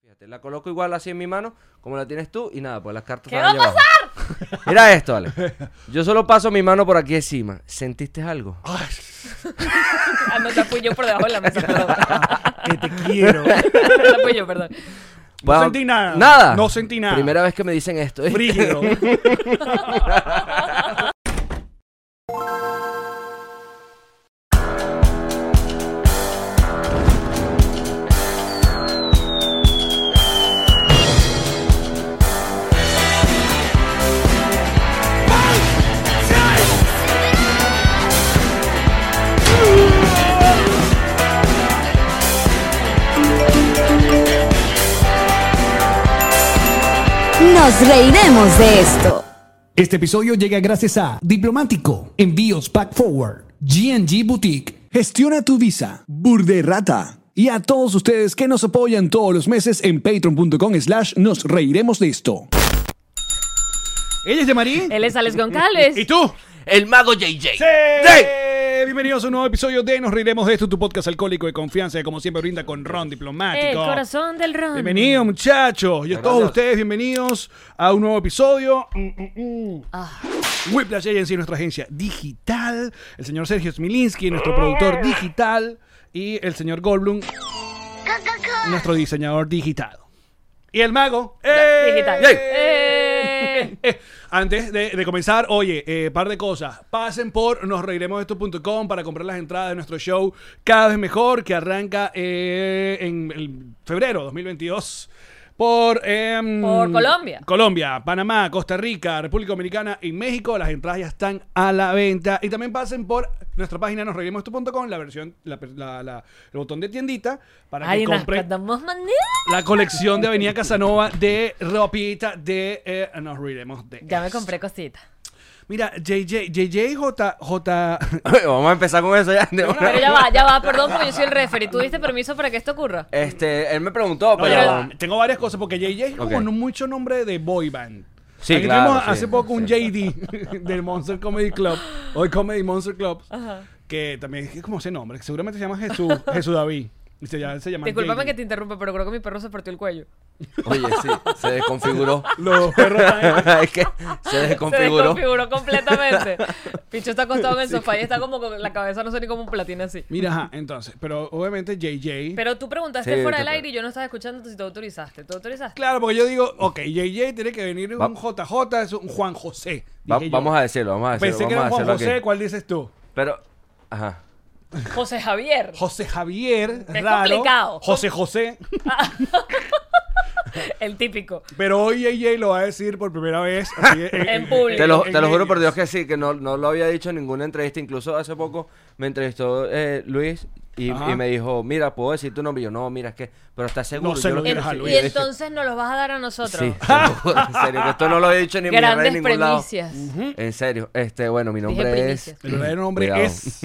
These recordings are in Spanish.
Exactamente. La coloco igual así en mi mano, como la tienes tú, y nada, pues las cartas ¿Qué están va a allá abajo. Mira esto, Ale. Yo solo paso mi mano por aquí encima. ¿Sentiste algo? Ah, no, te apoyo por debajo de la mesa, perdón. Que te quiero. te apoyo, perdón. No sentí nada. Nada. No sentí nada. Primera vez que me dicen esto. ¿eh? Frígido. Nos reiremos de esto. Este episodio llega gracias a Diplomático, Envíos Pack Forward, GNG Boutique, Gestiona tu Visa, Burderrata y a todos ustedes que nos apoyan todos los meses en patreon.com slash nos reiremos de esto. Ella es de Marí. Él es Alex Goncalves. ¿Y tú? El mago JJ. ¡Sí! Bienvenidos a un nuevo episodio de Nos Reiremos de esto, tu podcast alcohólico de confianza que como siempre brinda con Ron Diplomático. El Eh, corazón del ron. Bienvenidos muchachos, y a todos ustedes bienvenidos a un nuevo episodio. Mm, mm, mm. Whiplash Agency, nuestra agencia digital, el señor Sergio Smilinski, nuestro productor digital, y el señor Goldblum, nuestro diseñador digital. Y el mago. ¡eh! Digital. ¡Yay! Eh. Eh, Antes de, de comenzar, oye, eh, par de cosas. Pasen por nosreiremosesto.com para comprar las entradas de nuestro show Cada vez Mejor, que arranca eh, en el febrero 2022. Por, em, Por Colombia. Colombia, Panamá, Costa Rica, República Dominicana y México. Las entradas ya están a la venta. Y también pasen por nuestra página nosreiremosesto.com, la versión, la, la- la- el botón de tiendita, para Ay, que nos compren acordamos maneras. la colección de Avenida Casanova de ropita de eh, Nos Reiremos de Ya me Esto. compré cositas. Mira, JJ, JJ, J, J, Vamos a empezar con eso ya. de una. Pero ya va, ya va, perdón porque yo soy el referee. ¿Tú diste permiso para que esto ocurra? Este, él me preguntó, No, pero. ya va. tengo varias cosas porque JJ es como Ok. no mucho nombre de boy band. Sí, Aquí claro, tuvimos sí, hace poco un sí. JD del Monster Comedy Club, hoy Comedy Monster Club, que también es como ese nombre, que seguramente se llama Jesús, Jesús David. Y se llama, se llama Disculpame JD. que te interrumpa, pero creo que mi perro se partió el cuello. Oye, sí, se desconfiguró. Los perros están- es que se Se desconfiguró. desconfiguró completamente. Picho está acostado en el sofá y está como con la cabeza, no sé ni como un platín así. Mira, ajá, entonces, pero obviamente JJ. Pero tú preguntaste Sí, fuera del total. aire y yo no estaba escuchando si tú autorizaste. ¿Tú autorizaste? Claro, porque yo digo, ok, JJ tiene que venir Va- un JJ, es un Juan José. Va- dije yo. vamos a decirlo, vamos a decirlo. Pensé que era vamos un Juan a decirlo José, aquí. ¿cuál dices tú? Pero, ajá. José Javier. José Javier, Es raro. complicado. José José. El típico. Pero hoy JJ lo va a decir por primera vez. así, En público. Te lo, en te lo juro por medios. Dios que sí, que no, no lo había dicho en ninguna entrevista. Incluso hace poco me entrevistó eh, Luis y, Ajá. y me dijo, mira, ¿puedo decir tu nombre? Y yo, no, mira, es que... Pero estás seguro. No se Yo lo lo- En- digas a Luis. y entonces nos los vas a dar a nosotros. Sí, te lo juro, en serio, que esto no lo he dicho ni en mi red, en Grandes ningún lado. premisas. En serio, este, bueno, mi nombre es primicias. El verdadero nombre Cuidado. es.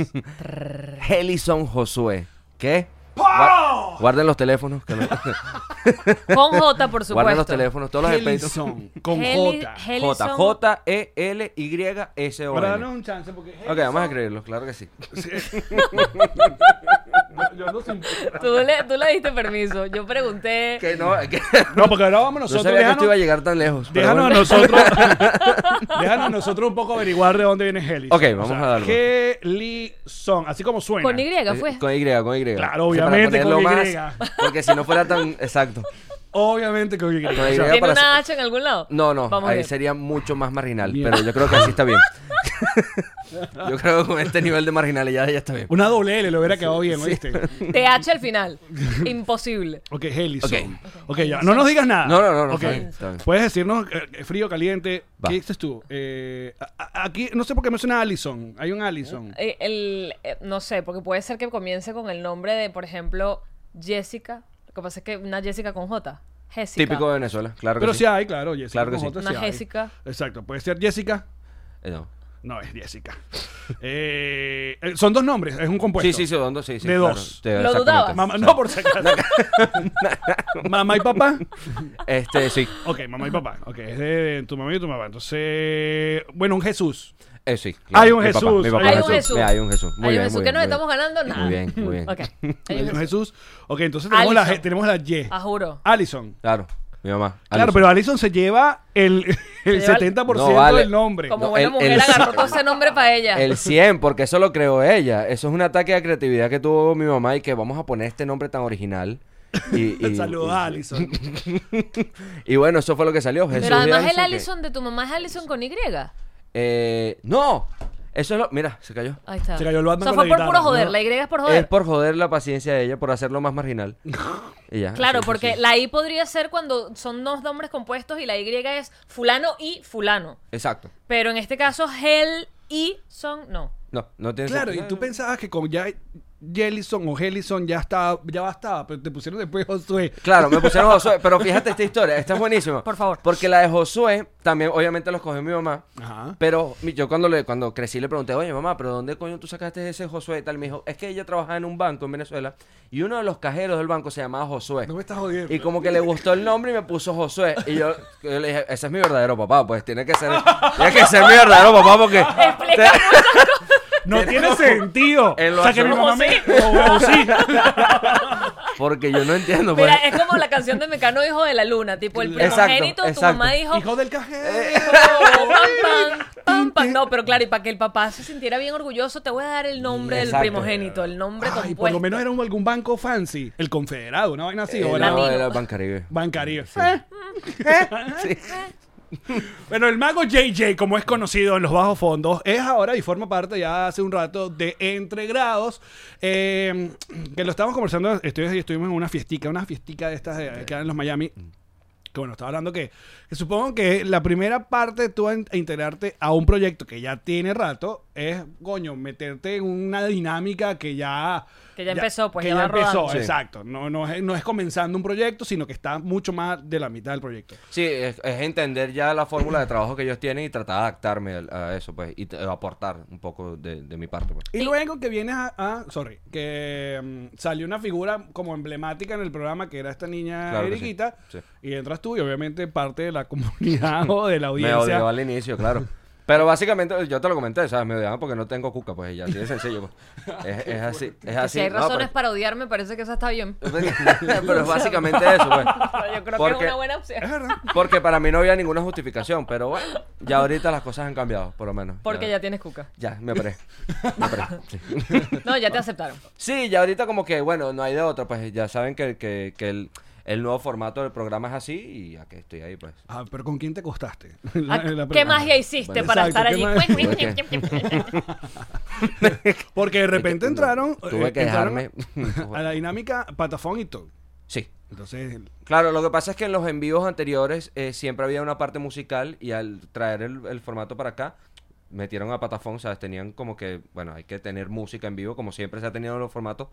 Helison Josué. ¿Qué? ¡Pau! Gua- Guarden los teléfonos. que lo- Con J, por supuesto. guarden los teléfonos, todos los espíritus. Helison, con Heli- J. Helison. E, Para J-J-E-L-Y-S-O-N. darnos un chance, porque. Ok, vamos a escribirlos, claro que sí. Yo ando sin- Tú le, tú le diste permiso. Yo pregunté. Que no, que- No, porque ahora vamos no nosotros. sabía que déjanos esto iba a llegar tan lejos. pero déjanos a bueno. nosotros. déjanos a nosotros un poco averiguar de dónde viene Helison. Ok, vamos a darlo. Helison, así como suena. Con Y fue. Eh, Con Y, con Y. Claro, Sí, para obviamente, ponerlo con más, Y. porque si no fuera tan exacto. Obviamente con Y. O sea, Y. ¿Tiene para- una H en algún lado? No, no, Vamos ahí bien. sería mucho más marginal, Bien. pero yo creo que así está bien. yo creo que con este nivel de marginalidad ya está bien. Una doble L lo hubiera quedado bien, ¿oíste? TH al final. Imposible. Ok, Helison. Ok. Ok, ya. No nos digas nada. No, no, no, no, Ok. está bien, está bien. Puedes decirnos eh, frío, caliente. Va. ¿Qué dices tú? Eh, a- a- aquí, no sé por qué me suena Allison. Hay un Allison. Eh, El, eh, no sé, porque puede ser que comience con el nombre de, por ejemplo, Jessica. Lo que pasa es que una Jessica con J. Jessica. Típico de Venezuela, claro Pero que sí hay, claro, Jessica. Claro que con sí. J, Una hay. Jessica. Exacto. Puede ser Jessica. Eh, no. No, es Jessica. Eh, eh, son dos nombres, es un compuesto. Sí, sí, sí, ¿dónde? sí, sí, De claro, dos. te- Lo exactamente. dudabas. Mamá, no, por si acaso. mamá y papá. Este, sí. Ok, mamá y papá. Ok, es de, tu mamá y tu papá. Entonces, bueno, un Jesús. Eh, sí, claro, Hay un mi papá, Jesús, mi papá hay es un Jesús. Mira, Hay un Jesús. Muy Hay un bien, Jesús muy que bien, no muy estamos bien. ganando nada. Muy bien, muy bien. Ok. Hay un Bueno, Jesús. Jesús. Ok, entonces tenemos la, G- Allison. tenemos la Y. Ah, juro. Allison. Claro, mi mamá. Claro, Alison. pero Allison se lleva el, el lleva el- 70% No, vale. del nombre. Como No, buena el- mujer el- agarró todo ese nombre para ella. El 100, porque eso lo creó ella. Eso es un ataque a creatividad que tuvo mi mamá y que vamos a poner este nombre tan original. Y, y- Saludos y- a Allison. Y bueno, eso fue lo que salió. Jesús Pero de además el que- Allison de tu mamá es Allison con Y. Eh, no, eso es lo. Mira, se cayó. Ahí está. Se cayó el Batman O sea, con fue la por puro guitarra, joder. ¿no? La Y es por Es joder. por joder la paciencia de ella, por hacerlo más marginal. Y ya, Claro, así, porque así. la I podría ser cuando son dos nombres compuestos y la Y es fulano y fulano. Exacto. Pero en este caso, Hel y son. No. No, no tiene Claro, y sentido. tú pensabas que con ya Jellison o Hellison ya estaba, ya bastaba, pero te pusieron después Josué. Claro, me pusieron Josué, pero fíjate esta historia, esta es buenísima. Por favor. Porque la de Josué también, obviamente, los cogió mi mamá. Ajá. Pero mi- yo cuando le cuando crecí le pregunté, oye mamá, pero ¿dónde coño tú sacaste ese Josué y tal? Y me dijo, es que ella trabajaba en un banco en Venezuela y uno de los cajeros del banco se llamaba Josué. No me estás jodiendo. Y como que le gustó el nombre y me puso Josué. Y yo, yo le dije, ese es mi verdadero papá, pues tiene que ser, tiene que ser mi verdadero papá porque... Explica No tiene sentido. Él lo o sea, que mi hace. mamá me... o- o sí. Porque yo no entiendo, pues. Mira, es como la canción de Mecano, Hijo de la Luna. Tipo, el Exacto, primogénito, tu exacto. mamá dijo. Hijo del cajero. "Pam, pam, pam, pam". No, pero claro, y para que el papá se sintiera bien orgulloso, te voy a dar el nombre Exacto. del primogénito, el nombre Ay, compuesto. por lo menos era un- algún banco fancy. El Confederado, una vaina así. Eh, o no, la- Latino. era Bancaribe. Bancario. Eh. Sí. Bueno, el mago JJ, como es conocido en los bajos fondos, es ahora y forma parte ya hace un rato de Entre Grados, eh, que lo estábamos conversando, estoy- estuvimos en una fiestica, una fiestica de estas de- que dan en los Miami. Que bueno, estaba hablando que, que supongo que la primera parte de tú a in- a integrarte a un proyecto que ya tiene rato es, coño, meterte en una dinámica que ya... Que ya empezó, pues, que ya ya va empezó, rodando. Sí. exacto. No, no, es, no es comenzando un proyecto, sino que está mucho más de la mitad del proyecto. Sí, es, es entender ya la fórmula de trabajo que ellos tienen y tratar de adaptarme al- a, eso, pues, y t- aportar un poco de, de mi parte, pues. Y luego que viene a, a- sorry, que mm, salió una figura como emblemática en el programa que era esta niña Claro que Eriquita. sí, sí. Y entras tú y obviamente parte de la comunidad o de la Me audiencia. odió al inicio, claro. Pero básicamente, yo te lo comenté, ¿sabes? Me odiaban porque no tengo cuca, pues, y ya, así de sencillo, pues. Es, es así, es Que así. Pues si hay No, pues. razones pero- para odiarme, parece que esa está bien. pero es básicamente eso, pues. Yo creo que Porque- es una buena opción. Es verdad. Porque para mí no había ninguna justificación, pero bueno, ya ahorita las cosas han cambiado, por lo menos. Porque ya tienes cuca. Ya, me operé. Me operé, sí. No, ya te aceptaron. Sí, ya ahorita como que, bueno, no hay de otra, pues ya saben que, que- que el, el nuevo formato del programa es así y aquí estoy ahí, pues. Ah, pero ¿con quién te costaste? Ah, ¿Qué magia hiciste para Exacto, ¿qué estar allí? Porque de repente entraron. Tuve eh, que entraron dejarme. A la dinámica patafón y todo. Sí. Entonces, Claro, lo que pasa es que en los envíos anteriores eh, siempre había una parte musical y al traer el, el formato para acá metieron a Patafón, ¿sabes? Tenían como que, bueno, hay que tener música en vivo como siempre se ha tenido en los formatos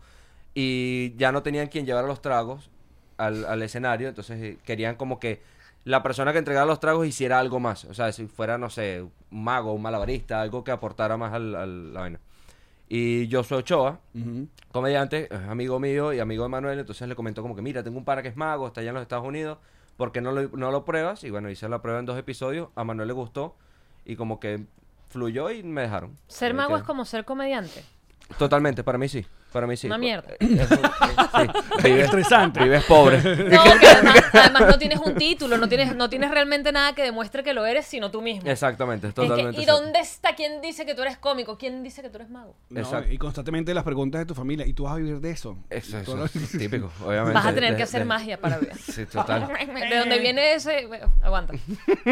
y ya no tenían quien llevara los tragos al, al escenario, entonces eh, querían como que la persona que entregara los tragos hiciera algo más, o sea, si fuera, no sé, un mago, un malabarista, algo que aportara más al, al- la vaina. Y yo soy Ochoa, comediante, es amigo mío y amigo de Manuel, entonces le comentó como que, mira, tengo un pana que es mago, está allá en los Estados Unidos, ¿por qué no lo, no lo pruebas? Y bueno, hice la prueba en dos episodios, a Manuel le gustó y como que fluyó y me dejaron. Ser Ahí mago quedó. es como ser comediante. Totalmente, para mí sí, para mí sí. Una mierda. Eh, es un- eh, sí. Vives- Estresante. Vives pobre. No, que además, además no tienes un título, no tienes, no tienes realmente nada que demuestre que lo eres, sino tú mismo. Exactamente, es Es que, totalmente. ¿Y cierto. dónde está quién dice que tú eres cómico? ¿Quién dice que tú eres mago? no, Exacto. y constantemente las preguntas de tu familia. ¿Y tú vas a vivir de eso? Eso, Y eso todo lo- es típico, obviamente. Vas a tener De- que hacer de- magia para ver. Sí, total. ¿De Eh. dónde viene ese? Bueno, Aguanta.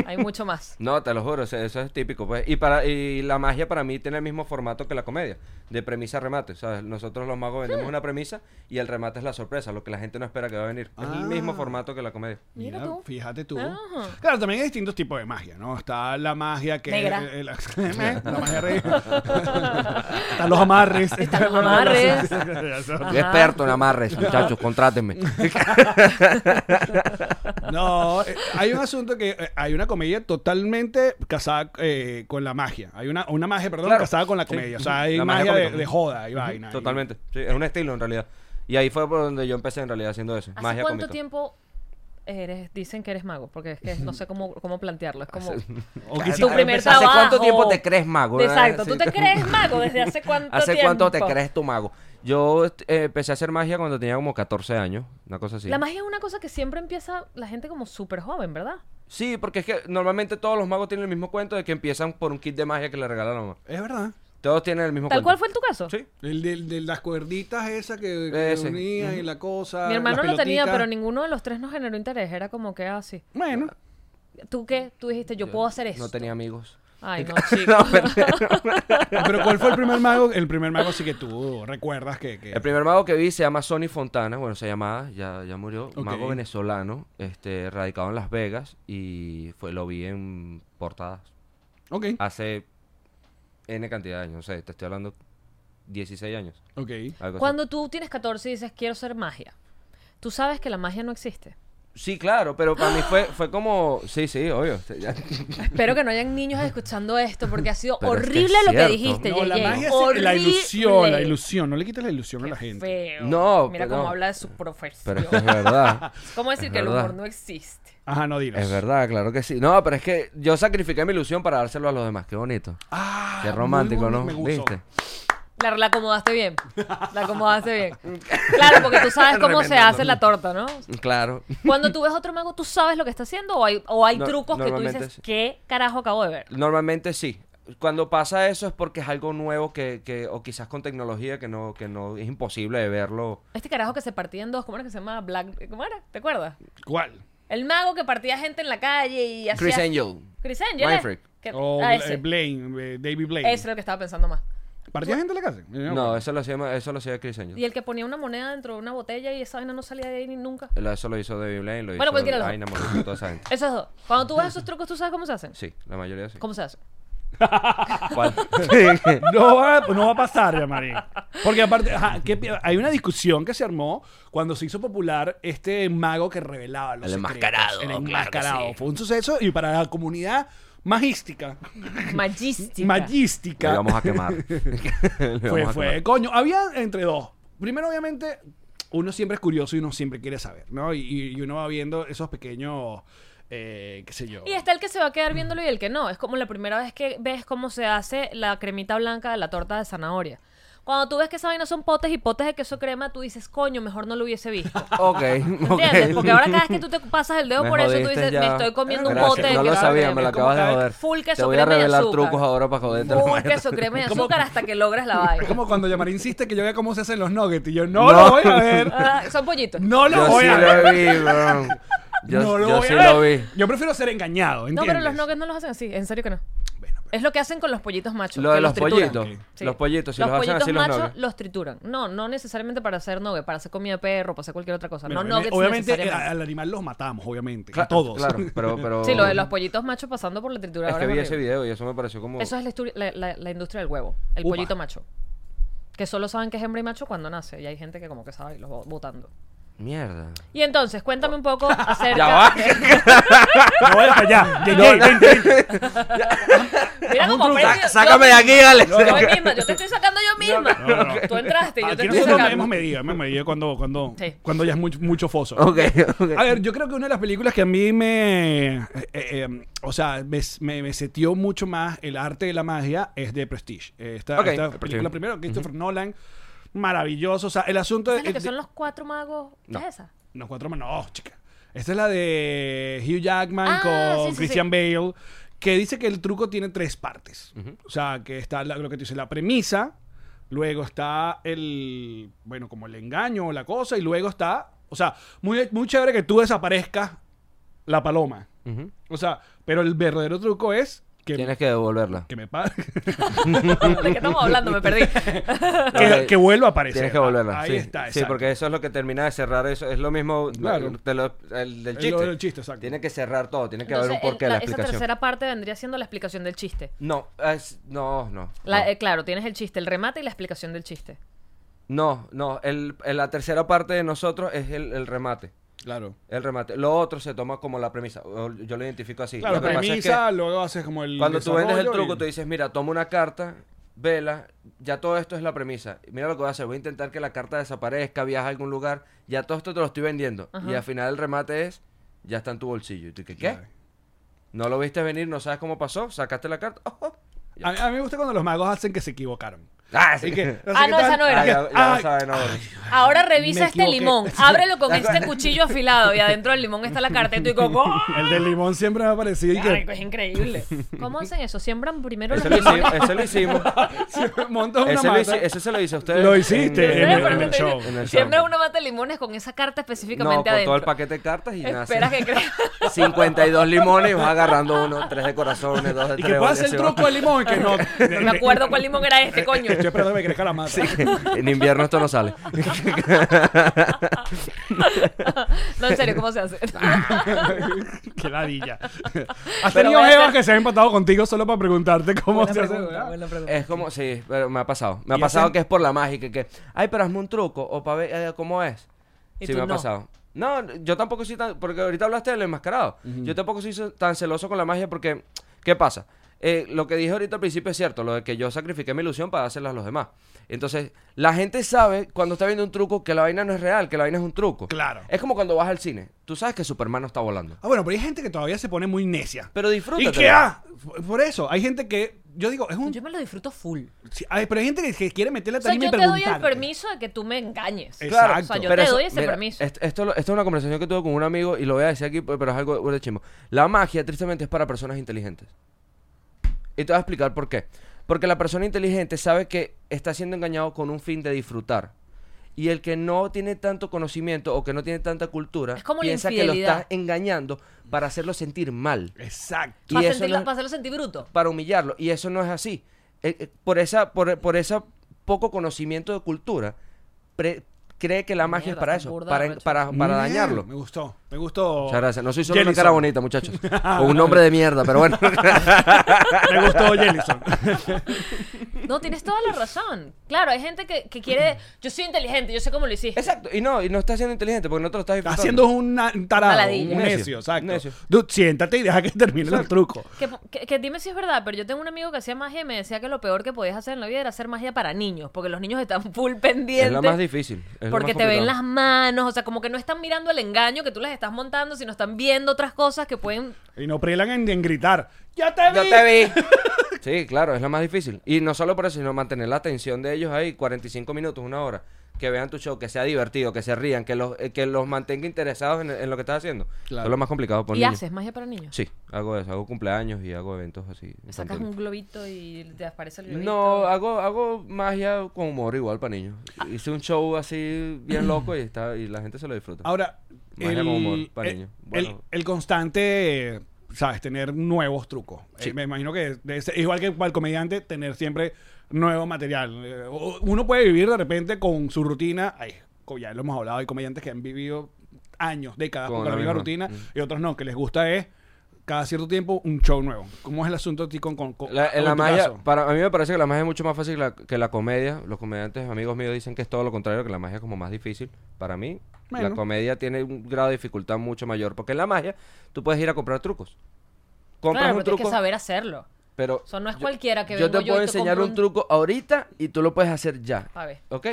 Hay mucho más. No, te lo juro, o sea, eso es típico, pues. Y para y la magia para mí tiene el mismo formato que la comedia, de premisa a remate, ¿sabes? Nosotros los magos vendemos una premisa y el remate es la sorpresa, lo que la gente no espera que va a venir. Es el Ah. mismo formato que la comedia. Mira Mira, tú. Fíjate tú. Ah. Claro, también hay distintos tipos de magia, ¿no? Está la magia que. Negra. eh, eh, la, la magia re- Están los amarres. Están los amarres. Yo experto en amarres, muchachos, contrátenme. no, eh, hay un asunto que. eh, hay una comedia totalmente casada eh, con la magia. Hay una, una magia, perdón, Claro. casada con la Sí. comedia. O sea, hay La magia magia de, cómica. de joda y vaina. y- Totalmente. Sí, es un estilo en realidad. Y ahí fue por donde yo empecé en realidad haciendo eso. ¿Hace magia cuánto cómica. tiempo eres, dicen que eres mago, porque es que no sé cómo, cómo plantearlo. Es como O tu quizás- primer ¿Hace trabajo. cuánto tiempo te crees mago? Exacto. Sí. ¿Tú te crees mago desde hace cuánto ¿Hace tiempo? cuánto te crees tu mago? Yo este, eh, empecé a hacer magia cuando tenía como 14 años, una cosa así. La magia es una cosa que siempre empieza la gente como súper joven, ¿verdad? Sí, porque es que normalmente todos los magos tienen el mismo cuento de que empiezan por un kit de magia que le regalan a la mamá. Es verdad. Todos tienen el mismo Tal cual cuento. fue en tu caso. Sí. El de, de las cuerditas esas que, que Ese. unían y la cosa. Mi hermano las lo tenía, pelotitas. pero ninguno de los tres nos generó interés. Era como que así. Bueno, ¿Tú qué? Tú dijiste, yo, puedo hacer eso. No tenía amigos. Ay, no, No, chico. mentira. pero ¿cuál fue el primer mago? El primer mago sí que tú recuerdas que... que- El primer mago que vi se llama Sonny Fontana, bueno, se llamaba, ya, ya murió, Ok. mago venezolano, este, radicado en Las Vegas y fue, lo vi en portadas Ok, hace N cantidad de años, no sé, te estoy hablando 16 años. ok. algo así. Cuando tú tienes 14 y dices, quiero ser magia, tú sabes que la magia no existe. Sí, claro, pero para mí fue, fue como, sí, sí, obvio. ya- Espero que no hayan niños escuchando esto porque ha sido Pero es que horrible es lo que cierto. dijiste. No, la Yeye. magia es la ilusión, la Horrible. ilusión. No le quites la ilusión a Qué la gente. feo. No, Mira pero cómo no. habla de su profesión. Pero es que es verdad. ¿Cómo decir es que el verdad. humor no existe? Ajá, no digas. Es verdad, claro que sí. No, pero es que yo sacrifiqué mi ilusión para dárselo a los demás. Qué bonito. Ah, Qué muy romántico, bonito, ¿no? me gustó. ¿Viste? La, la acomodaste bien. La acomodaste bien. Claro, porque tú sabes cómo se hace la torta, ¿no? Claro. Cuando tú ves otro mago, ¿tú sabes lo que está haciendo? ¿O hay, o hay No, trucos que tú normalmente dices, sí. qué carajo acabo de ver? Normalmente sí. Cuando pasa eso es porque es algo nuevo que, que o quizás con tecnología que no, que no es imposible de verlo. Este carajo que se partía en dos, ¿cómo era que se llamaba? Black, ¿Cómo era? ¿Te acuerdas? ¿Cuál? El mago que partía gente en la calle y hacía... Chris Angel. Chris Angel. Mind ¿eh? Freak. Que- O ah, Bla- ese. eh, Blaine, eh, David Blaine. Eso es lo que estaba pensando más. ¿Partía gente en la casa? No, eso lo hacía, eso lo hacía Chris Angel. Y el que ponía una moneda dentro de una botella y esa vaina no salía de ahí ni nunca. Él- Eso lo hizo David Blaine, lo Bueno, hizo cualquiera de los Dynamo, lo hizo toda esa gente. Esos dos. Cuando tú ves esos trucos, ¿tú sabes cómo se hacen? Sí, la mayoría sí. ¿Cómo se hace? ¿Cuál? No va, pues no va a pasar, Yamari. Porque aparte, ajá, ¿qué pi- hay una discusión que se armó cuando se hizo popular este mago que revelaba los El secretos. enmascarado, El claro que enmascarado. sí. Fue un suceso y para la comunidad magística, Magística. Le magística, vamos a quemar. Le fue, vamos a fue, quemar. coño, había entre dos. Primero, obviamente, uno siempre es curioso y uno siempre quiere saber, ¿no? Y, y uno va viendo esos pequeños, eh, qué sé yo. Y está el que se va a quedar viéndolo y el que no. Es como la primera vez que ves cómo se hace la cremita blanca de la torta de zanahoria. Cuando tú ves que esa vaina son potes y potes de queso crema, tú dices, coño, mejor no lo hubiese visto. Ok, ok. ¿Entiendes? Porque ahora cada vez que tú te pasas el dedo Me por eso, tú jodiste dices, ya. me estoy comiendo un Gracias, pote de No lo queso sabía, me lo crema. acabas de Como- joder. Full queso Te voy a crema y revelar azúcar. trucos ahora para joderte. Full "Uh, queso, crema y azúcar hasta que logres la vaina. Como cuando Yamari insiste que yo vea cómo se hacen los nuggets y yo no, No. lo voy a ver. Ah, son pollitos. No lo Yo voy sí a ver. lo vi, bro. Yo, no lo yo voy sí a ver. lo vi. Yo prefiero ser engañado, No, ¿entiendes? pero los nuggets no los hacen así. En serio que no. Bueno, pero- Es lo que hacen con los pollitos machos. Lo de que los trituran. pollitos. Ok. Sí. Los pollitos, si los los hacen pollitos así los machos nuggets. los trituran. No, no necesariamente para hacer nugget, para hacer comida de perro, para hacer cualquier otra cosa. Bueno, no nuggets obviamente eh, ah, necesariamente. al animal los matamos, obviamente. a Cla- todos. Claro, pero... pero... Sí, lo de los pollitos machos pasando por la Es trituradora. que vi horrible. ese video y eso me pareció como... Eso es la, histori- la- la- la industria del huevo, el Upa. pollito macho. Que solo saben que es hembra y macho cuando nace. Y hay gente que como que sabe y los va botando. Mierda. Y entonces, cuéntame un poco Ya va. acerca... No vayas allá. Yey, yey, ven, ven. Mira cómo aprende- Sácame de yo- aquí, dale. Yo misma, yo te estoy sacando yo misma. no, no. Tú entraste y yo te Aquí estoy nosotros me sacando. hemos medido, hemos medido cuando, cuando, Sí. cuando ya es mucho, mucho foso. Ok, ok. A ver, yo creo que una de las películas que a mí me. eh, eh, eh, o sea, me, me, me setió mucho más el arte de la magia es de Prestige. Esta, Ok. esta The Prestige. película primero, Christopher Nolan, maravilloso. O sea, el asunto ¿Sabes lo de- que de- son los cuatro magos? Eh, ¿Qué No. es esa? Los cuatro manos, no, chica. Esta es la de Hugh Jackman Ah, con sí, sí, Christian sí. Bale, que dice que el truco tiene tres partes. O sea, que está la- lo que te dice la premisa, luego está el, bueno, como el engaño o la cosa, y luego está, o sea, muy, muy chévere que tú desaparezcas la paloma. Ujú. O sea, pero el verdadero truco es que, Tienes que devolverla. que me pa- ¿De qué estamos hablando? Me perdí. que, que vuelva a aparecer. Tienes que devolverla. Ahí sí. está, Sí, exacto. porque eso es lo que termina de cerrar eso. Es lo mismo Claro. de lo- el del El- chiste. el chiste, exacto. Tiene que cerrar todo. Tiene que Entonces, haber un porqué el- la, la- esa explicación. tercera parte vendría siendo la explicación del chiste. No, es- no, no. La- no. eh, claro, tienes el chiste, el remate y la explicación del chiste. No, no, el- el- la tercera parte de nosotros es el, el remate. Claro. El remate. Lo otro se toma como la premisa. o Yo lo identifico así. Claro, Lo que pasa es que premisa, luego haces como el. cuando tú vendes el desarrollo truco, y- tú dices, mira, toma una carta, vela, ya todo esto es la premisa. Mira lo que voy a hacer, voy a intentar que la carta desaparezca, viaja a algún lugar, ya todo esto te lo estoy vendiendo. Y al final el remate es, ya está en tu bolsillo. Y tú, ¿qué? ¿Qué? No lo viste venir, no sabes cómo pasó, sacaste la carta. oh, oh, ya. A, mí- a mí me gusta cuando los magos hacen que se equivocaron. Ah, Así sí. que, Ah, sé qué no, esa no era. que, ya, ya ay, sabes, no. Ahora revisa Me este equivoqué. limón. Ábrelo con este cuchillo afilado y adentro del limón está la carta y tú dices, ¡oh! El del limón siempre me ha parecido y Marico, que Es increíble. ¿Cómo hacen eso? ¿Siembran primero los Ese lo limones? hicimos. Ese, lo hicimos. montas una Ese, lo mata. hice- ese se lo hice a ustedes. Lo hiciste En- en el- en- en el show. En el Siembran show. una mata de limones con esa carta específicamente No, con adentro. todo el paquete de cartas y nada. Espera que crezca. 52 limones y vas agarrando uno, tres de corazones, dos de Y tres. que puedas y el así truco va. del limón que no. No me acuerdo cuál limón era este, coño. Estoy esperando que me crezca la mata. En invierno esto no sale. No, en serio, ¿cómo se hace? Ah. Qué ladilla. Pero Has tenido voy a jevas hacer- que se han empatado contigo solo para preguntarte cómo se hace. ¿verdad? Es como, sí, pero me ha pasado. Me ha Y pasado hacen- que es por la mágica, que, ay, pero hazme un truco, o para ver eh, cómo es. Y Sí, tú me ha no. pasado. No, yo tampoco soy tan, porque ahorita hablaste del enmascarado. Yo tampoco soy so- tan celoso con la magia porque, ¿qué pasa? Eh, lo que dije ahorita al principio es cierto, lo de que yo sacrifiqué mi ilusión para dársela a los demás. Entonces, la gente sabe cuando está viendo un truco que la vaina no es real, que la vaina es un truco. Claro. Es como cuando vas al cine. Tú sabes que Superman no está volando. Ah, bueno, pero hay gente que todavía se pone muy necia. Pero ¿Y disfrútatelo. qué? Ah, por eso, hay gente que. Yo digo, es un. Yo me lo disfruto full. sí, ay, pero hay gente que, que quiere meterle O sea, también yo y te doy el preguntarte. permiso de que tú me engañes. Eh, Claro, Exacto. O sea, yo pero te eso- doy ese mira, permiso. est- Esto, lo- esto es una conversación que tuve con un amigo y lo voy a decir aquí, pe- pero es algo burda de chimbo. La magia, tristemente, es para personas inteligentes. Y te voy a explicar por qué. Porque la persona inteligente sabe que está siendo engañado con un fin de disfrutar. Y el que no tiene tanto conocimiento o que no tiene tanta cultura Es como la piensa que lo infidelidad. estás engañando para hacerlo sentir mal. Exacto. Y Para, eso sentirlo- no es- para hacerlo sentir bruto. para humillarlo. Y eso no es así. Eh, eh, por esa, por, por esa poco conocimiento de cultura, pre- cree que la magia es Mierda, para está eso, burda para, arrecho. para, para Mm, dañarlo. Me gustó, me gustó. Muchas gracias. No soy solo una Jellison. cara bonita, muchachos. Con un nombre de mierda, pero bueno. Me gustó Jellison. No, tienes toda la razón. Claro, hay gente que, que quiere. Yo soy inteligente, yo sé cómo lo hiciste. Exacto. Y no, y no estás siendo inteligente porque no te lo estás disfrutando. Haciendo un na- un tarado, Maladilla. un Necio, necio, exacto. necio. Dude, siéntate y deja que termine el truco. Que, que- que dime si es verdad, pero yo tengo un amigo que hacía magia y me decía que lo peor que podías hacer en la vida era hacer magia para niños, porque los niños están full pendientes. Es la más difícil. es la Porque más te ven complicada. las manos, o sea, como que no están mirando el engaño que tú les estás montando, sino están viendo otras cosas que pueden. Y no prelan en, en gritar. ¡Ya te vi! Yo te vi. Sí, claro, es la más difícil. Y no solo por eso, sino mantener la atención de ellos ahí 45 minutos, una hora. Que vean tu show, que sea divertido, que se rían, que los, eh, que los mantenga interesados en, en lo que estás haciendo. Eso es lo más complicado por Y niños. haces magia para niños. Sí, hago eso. Hago cumpleaños y hago eventos así. Sacas un infantiles. globito y te aparece el globito. No, ah, hago, hago magia con humor igual para niños. Ah. Hice un show así bien loco y está y la gente se lo disfruta. Ahora, Magia el, con humor, pa' el, niños. Bueno. el- el constante, eh, ¿sabes? Tener nuevos trucos. Eh, me imagino que debe ser- igual que para el comediante, tener siempre nuevo material. Eh, o- Uno puede vivir de repente con su rutina. Ay, co- ya lo hemos hablado, hay comediantes que han vivido años, décadas con, Con la la misma misma. Mm. rutina y otros no, que les gusta es cada cierto tiempo un show nuevo. ¿Cómo es el asunto a ti con, con, con- La, con la tu magia, caso? para a mí me parece que la magia es mucho más fácil la- que la comedia. Los comediantes, amigos míos, dicen que es todo lo contrario, que la magia es como más difícil. Para mí, Bueno. la comedia tiene un grado de dificultad mucho mayor, porque en la magia tú puedes ir a comprar trucos. Compras Claro, un pero tienes truco, que saber hacerlo. pero O sea, no es cualquiera que yo vengo te yo y puedo te enseñar compro un un- truco ahorita y tú lo puedes hacer ya. Pa' ver. ¿Ok?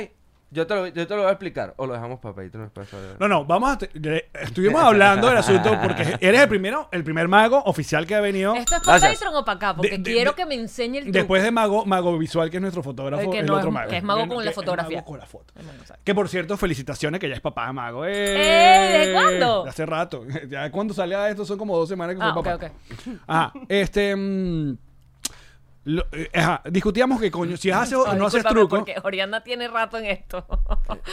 Yo te, lo, yo te lo voy a explicar. O lo dejamos para Patreon después. para- No, no, vamos a. te- de- Estuvimos hablando del asunto porque eres el primero, el primer mago oficial que ha venido. ¿Esto es para Gracias. Patreon o para acá? Porque De- de- quiero de- que me enseñe el truco. Después de Mago, Mago Visual, que es nuestro fotógrafo, El el, que no otro es- mago. que es mago con la que es mago fotografía. con la foto. Bueno, no sé. Que por cierto, felicitaciones, que ya es papá de Mago. ¡Eh! ¡Eh! ¿Desde cuándo? De Hace rato. Ya cuando sale a esto son como dos semanas que Ah, fue ok, papá. Ajá, este. mm, lo- eh, ajá, discutíamos que coño, si haces o Ay, no haces discúlpame, truco. Porque Oriana tiene rato en esto.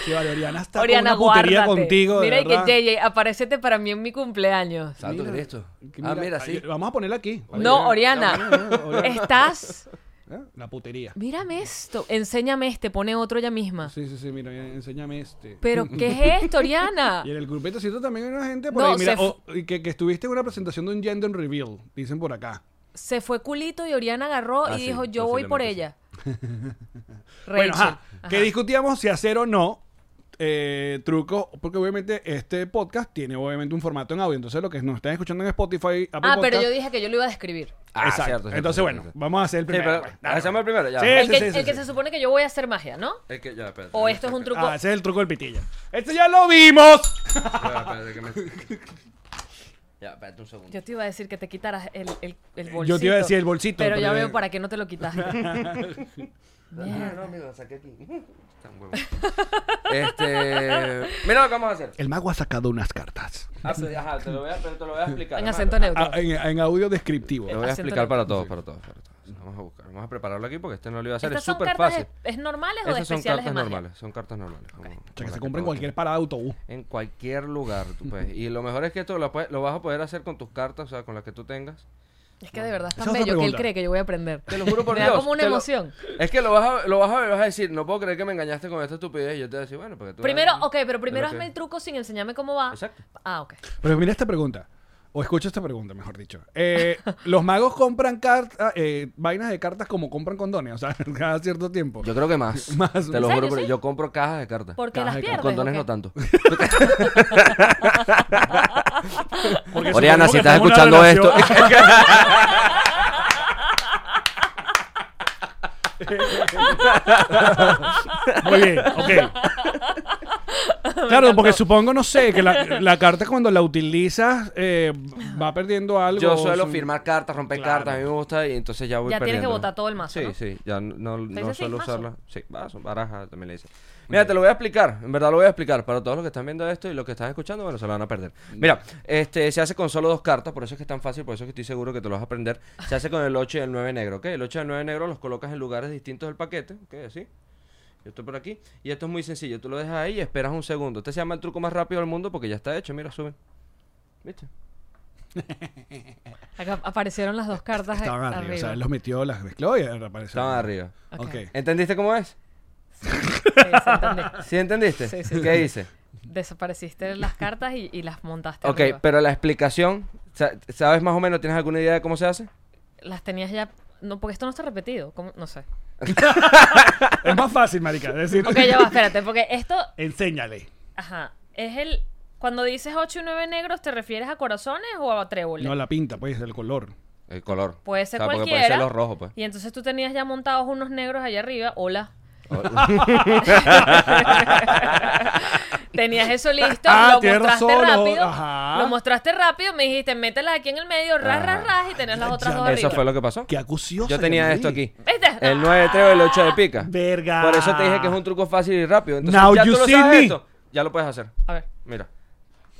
Sí, vale, Oriana está Oriana, con una putería guárdate. contigo. de Mira, y verdad. que JJ, aparecete para mí en mi cumpleaños. Santo Mira, Cristo. que ah, mira, sí. ay, Vamos a ponerla aquí. No, Oriana, Oriana, Oriana. estás... ¿Eh? La putería. Mírame esto, enséñame este, pone otro ella misma. Sí, sí, sí, mira, enséñame este. Pero, ¿qué es esto, Oriana? Y en el grupetecito también hay una gente por No, ahí, mira, se fu- o- y que, que estuviste en una presentación de un gender reveal, dicen por acá. Se fue culito y Oriana agarró Ah, y sí, dijo, yo voy por ella. posiblemente Rachel. Bueno, ajá, que discutíamos si hacer o no eh, truco, porque obviamente este podcast tiene obviamente un formato en audio, entonces lo que nos están escuchando en Spotify, Apple Ah, pero Podcast- yo dije que yo lo iba a describir. Ah, cierto, Exacto. cierto, entonces, cierto, bueno, cierto. vamos a hacer el Sí, primero. pero pues. Dale, hacemos el primero ya. Sí, va. El sí, que, sí, sí, el que sí. se supone que yo voy a hacer magia, ¿no? Es que ya, espérate. O esto es un truco. Ah, ese es el truco del pitilla. Este ya lo vimos. Ya, espérate, que me- Ya, espérate un segundo. Yo te iba a decir que te quitaras el, el, el bolsito. Yo te iba a decir el bolsito, Pero, ya pero- veo para qué no te lo quitaste. Ah, No, no, amigo, saqué aquí. Tan huevo. este. Mira lo que vamos a hacer. El mago ha sacado unas cartas. Ah, pero- ajá, te lo voy a, pero te lo voy a explicar. en Además, acento neutro. Ah, en, en audio descriptivo. Te lo voy a Acento explicar para neutro. todos, para todos, para todos. Vamos a buscar, vamos a prepararlo aquí porque este no lo iba a hacer. ¿Estas Es son súper cartas fácil. es- es normales o de Esas son especiales de cartas magia? normales, son cartas normales. como- como O sea, que las se compren todos en cualquier parada de autobús. En cualquier lugar, tú puedes. Y lo mejor es que esto lo, puedes- lo vas a poder hacer con tus cartas, o sea, con las que tú tengas. Es que de verdad es Esa tan es otra bello que él pregunta. cree que yo voy a aprender. Te lo juro por Me Dios. da como una te lo- emoción. Es que lo vas, a, lo vas a ver, vas a decir, no puedo creer que me engañaste con esta estupidez. Y yo te voy a decir, bueno, porque tú. Primero, eres- ok, pero primero es lo hazme el que- truco sin enseñarme cómo va. Exacto. Ah, ok. Pero mira esta pregunta. O escucha esta pregunta, mejor dicho. Eh, los magos compran cartas, ah, eh, vainas de cartas como compran condones, o sea, cada cierto tiempo. Yo creo que más. Más. Te ¿En lo serio, juro, por- sí? yo compro cajas de cartas. Porque Caja las de pierdes. Con dones ¿o no qué? tanto. Porque Oriana, supongo si estás que estamos en escuchando una esto. relación. Muy bien, ok. Claro, porque supongo, no sé, que la, la carta cuando la utilizas eh, va perdiendo algo. Yo suelo su- firmar cartas, romper Claro. cartas, a mí me gusta y entonces ya voy Ya tienes que perdiendo. botar todo el mazo, Sí, ¿no? sí, ya no, no, dice no así, suelo mazo? usarla. Sí, mazo, baraja, también le dicen. Mira, te lo voy a explicar, en verdad lo voy a explicar. Para todos los que están viendo esto y los que están escuchando, bueno, se lo van a perder. Mira, este se hace con solo dos cartas, por eso es que es tan fácil, por eso es que estoy seguro que te lo vas a aprender. Se hace con el 8 y el 9 negro, ¿ok? El 8 y el 9 negro los colocas en lugares distintos del paquete, ¿ok? Así. Yo estoy por aquí. Y esto es muy sencillo, tú lo dejas ahí y esperas un segundo. Este se llama el truco más rápido del mundo porque ya está hecho, mira, suben. ¿Viste? Acá aparecieron las dos cartas. Estaban eh, arriba, o sea, él los metió, las mezcló y aparecieron. Estaban arriba. Ok. Ok. ¿Entendiste cómo es? Sí, sí, entendí. ¿Sí entendiste? Sí, sí, ¿Qué sí. hice? Desapareciste las cartas y, y las montaste. Ok, arriba. pero la explicación, sa- ¿sabes más o menos? ¿Tienes alguna idea de cómo se hace? Las tenías ya. No, porque esto no está repetido. ¿cómo? No sé. Es más fácil, marica. Es decir, Ok, ya va, espérate, porque esto. enséñale. Ajá. Es el. Cuando dices 8 y 9 negros, ¿te refieres a corazones o a tréboles? No la pinta, pues, el color. El color. Puede ser O sea, porque cualquiera. Puede ser los rojos, pues. Y entonces tú tenías ya montados unos negros allá arriba. Hola. tenías eso listo, Ah, lo tienes mostraste razón, lo- rápido. ajá. Lo mostraste rápido, me dijiste, mételas aquí en el medio, ras, Ajá. ras, ras, y tenías las otras dos Eso arriba. fue lo que pasó. Qué acuciosa. Yo tenía que esto morí. aquí. ¿Viste? El 9 de trébol y el 8 de pica. Verga. Por eso te dije que es un truco fácil y rápido. Entonces, Now ya you tú lo see sabes me. esto. Ya lo puedes hacer. A ver, Mira.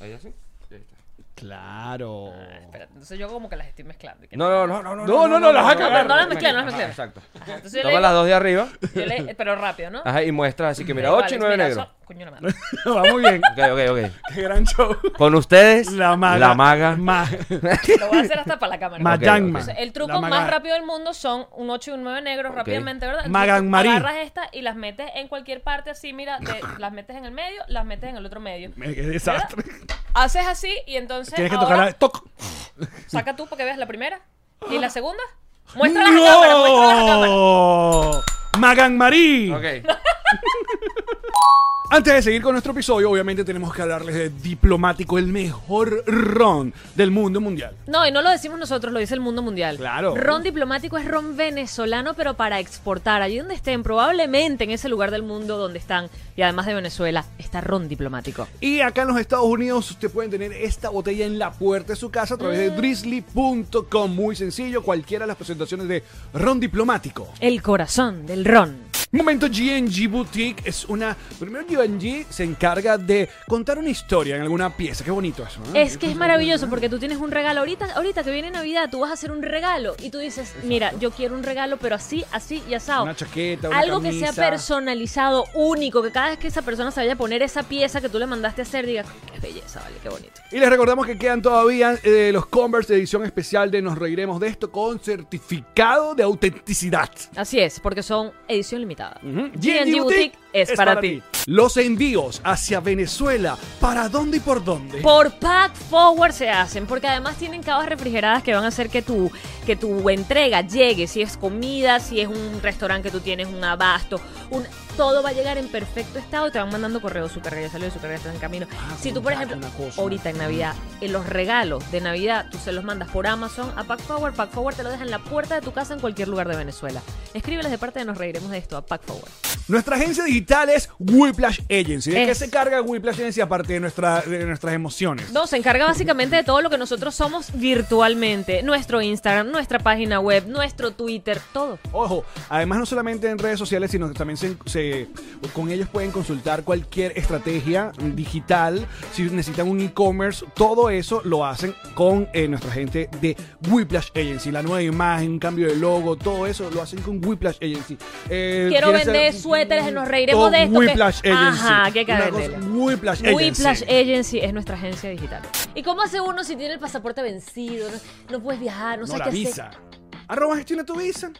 Ahí así. Y ahí está. Claro. espérate. Entonces yo como que las estoy mezclando. No, no, no, no. No, no, no, las vas a cagar. No las mezclé, no las mezclé. Ajá, Exacto. Entonces yo Toma le- las dos de arriba. yo le- pero rápido, ¿no? Ajá, y muestras. Así que mira, Da 8 y igual, 9 mira, negros. eso- coño, la madre. Va muy bien. Ok, ok, ok. Qué gran show. Con ustedes, La maga. La maga. Ma- Lo voy a hacer hasta para la cámara. Mayangma. Entonces, Este, el La truco maga- más rápido del mundo son un 8 y un 9 negros rápidamente, ¿verdad? Entonces, Magan tú Marí. agarras estas y las metes en cualquier parte así, mira, de- las metes en el medio, las metes en el otro medio. Qué desastre. Haces así y entonces Tienes que ahora tocar la. Toc. saca tú para que veas la primera y la segunda. Muéstrala a la cámara, muéstrala a la cámara. Magan Marí. Ok. Antes de seguir con nuestro episodio, obviamente tenemos que hablarles de Diplomático, el mejor ron del mundo mundial. No, y no lo decimos nosotros, lo dice el mundo mundial. Claro. Ron diplomático es ron venezolano, pero para exportar. Allí donde estén, probablemente en ese lugar del mundo donde están, y además de Venezuela, está ron diplomático. Y acá en los Estados Unidos usted pueden tener esta botella en la puerta de su casa a Mm. través de drizzly.com. Muy sencillo, cualquiera de las presentaciones de ron diplomático. El corazón del ron. Momento GNG Boutique es una... Primero GNG se encarga de contar una historia en alguna pieza. Ah, Qué bonito eso. ¿no? Es que es maravilloso porque tú tienes un regalo ahorita, ahorita que viene Navidad, tú vas a hacer un regalo y tú dices, mira, yo quiero un regalo, pero así, así y asado. Una chaqueta, una Algo que camisa. sea personalizado, único, que cada vez que esa persona se vaya a poner esa pieza que tú le mandaste a hacer, diga, qué belleza, vale, qué bonito. Y les recordamos que quedan todavía eh, los Converse de edición especial de Nos Reiremos de esto con certificado de autenticidad. Así es, porque son edición limitada. Ujú. G&G Boutique es, para, ti. Los envíos hacia Venezuela, ¿para dónde y por dónde? Por pack forward se hacen, porque además tienen cajas refrigeradas que van a hacer que tu, que tu entrega llegue, si es comida, si es un restaurante que tú tienes, un abasto, un, todo va a llegar en perfecto estado, te van mandando correos, su carga ya salió, su carga está en camino. si tú, por contacto, ejemplo, Ah, una cosa, ahorita en Navidad, en los regalos de Navidad, tú se los mandas por Amazon a pack forward, pack forward te lo deja en la puerta de tu casa en cualquier lugar de Venezuela. Escríbeles de parte de Nos Reiremos de esto a pack forward. Nuestra agencia digital Digital es Whiplash Agency. ¿De qué Es. se carga Whiplash Agency aparte de, nuestra, de nuestras emociones? No, se encarga básicamente de todo lo que nosotros somos virtualmente. Nuestro Instagram, nuestra página web, nuestro Twitter, todo. Ojo, además no solamente en redes sociales, sino que también se, se- con ellos pueden consultar cualquier estrategia digital. Si necesitan un e-commerce, todo eso lo hacen con eh, nuestra gente de Whiplash Agency. La nueva imagen, un cambio de logo, todo eso lo hacen con Whiplash Agency. Eh, Quiero ¿quieres vender hacer- suéteres, nos reiremos Todo de esto, que- Whiplash Agency. Ajá, que hay que Una venderla. cosa, Whiplash Agency. Whiplash Agency es nuestra agencia digital. ¿Y cómo hace uno si tiene el pasaporte vencido? No, no puedes viajar, no, no sabes la qué visa. Arroba gestiona tu visa.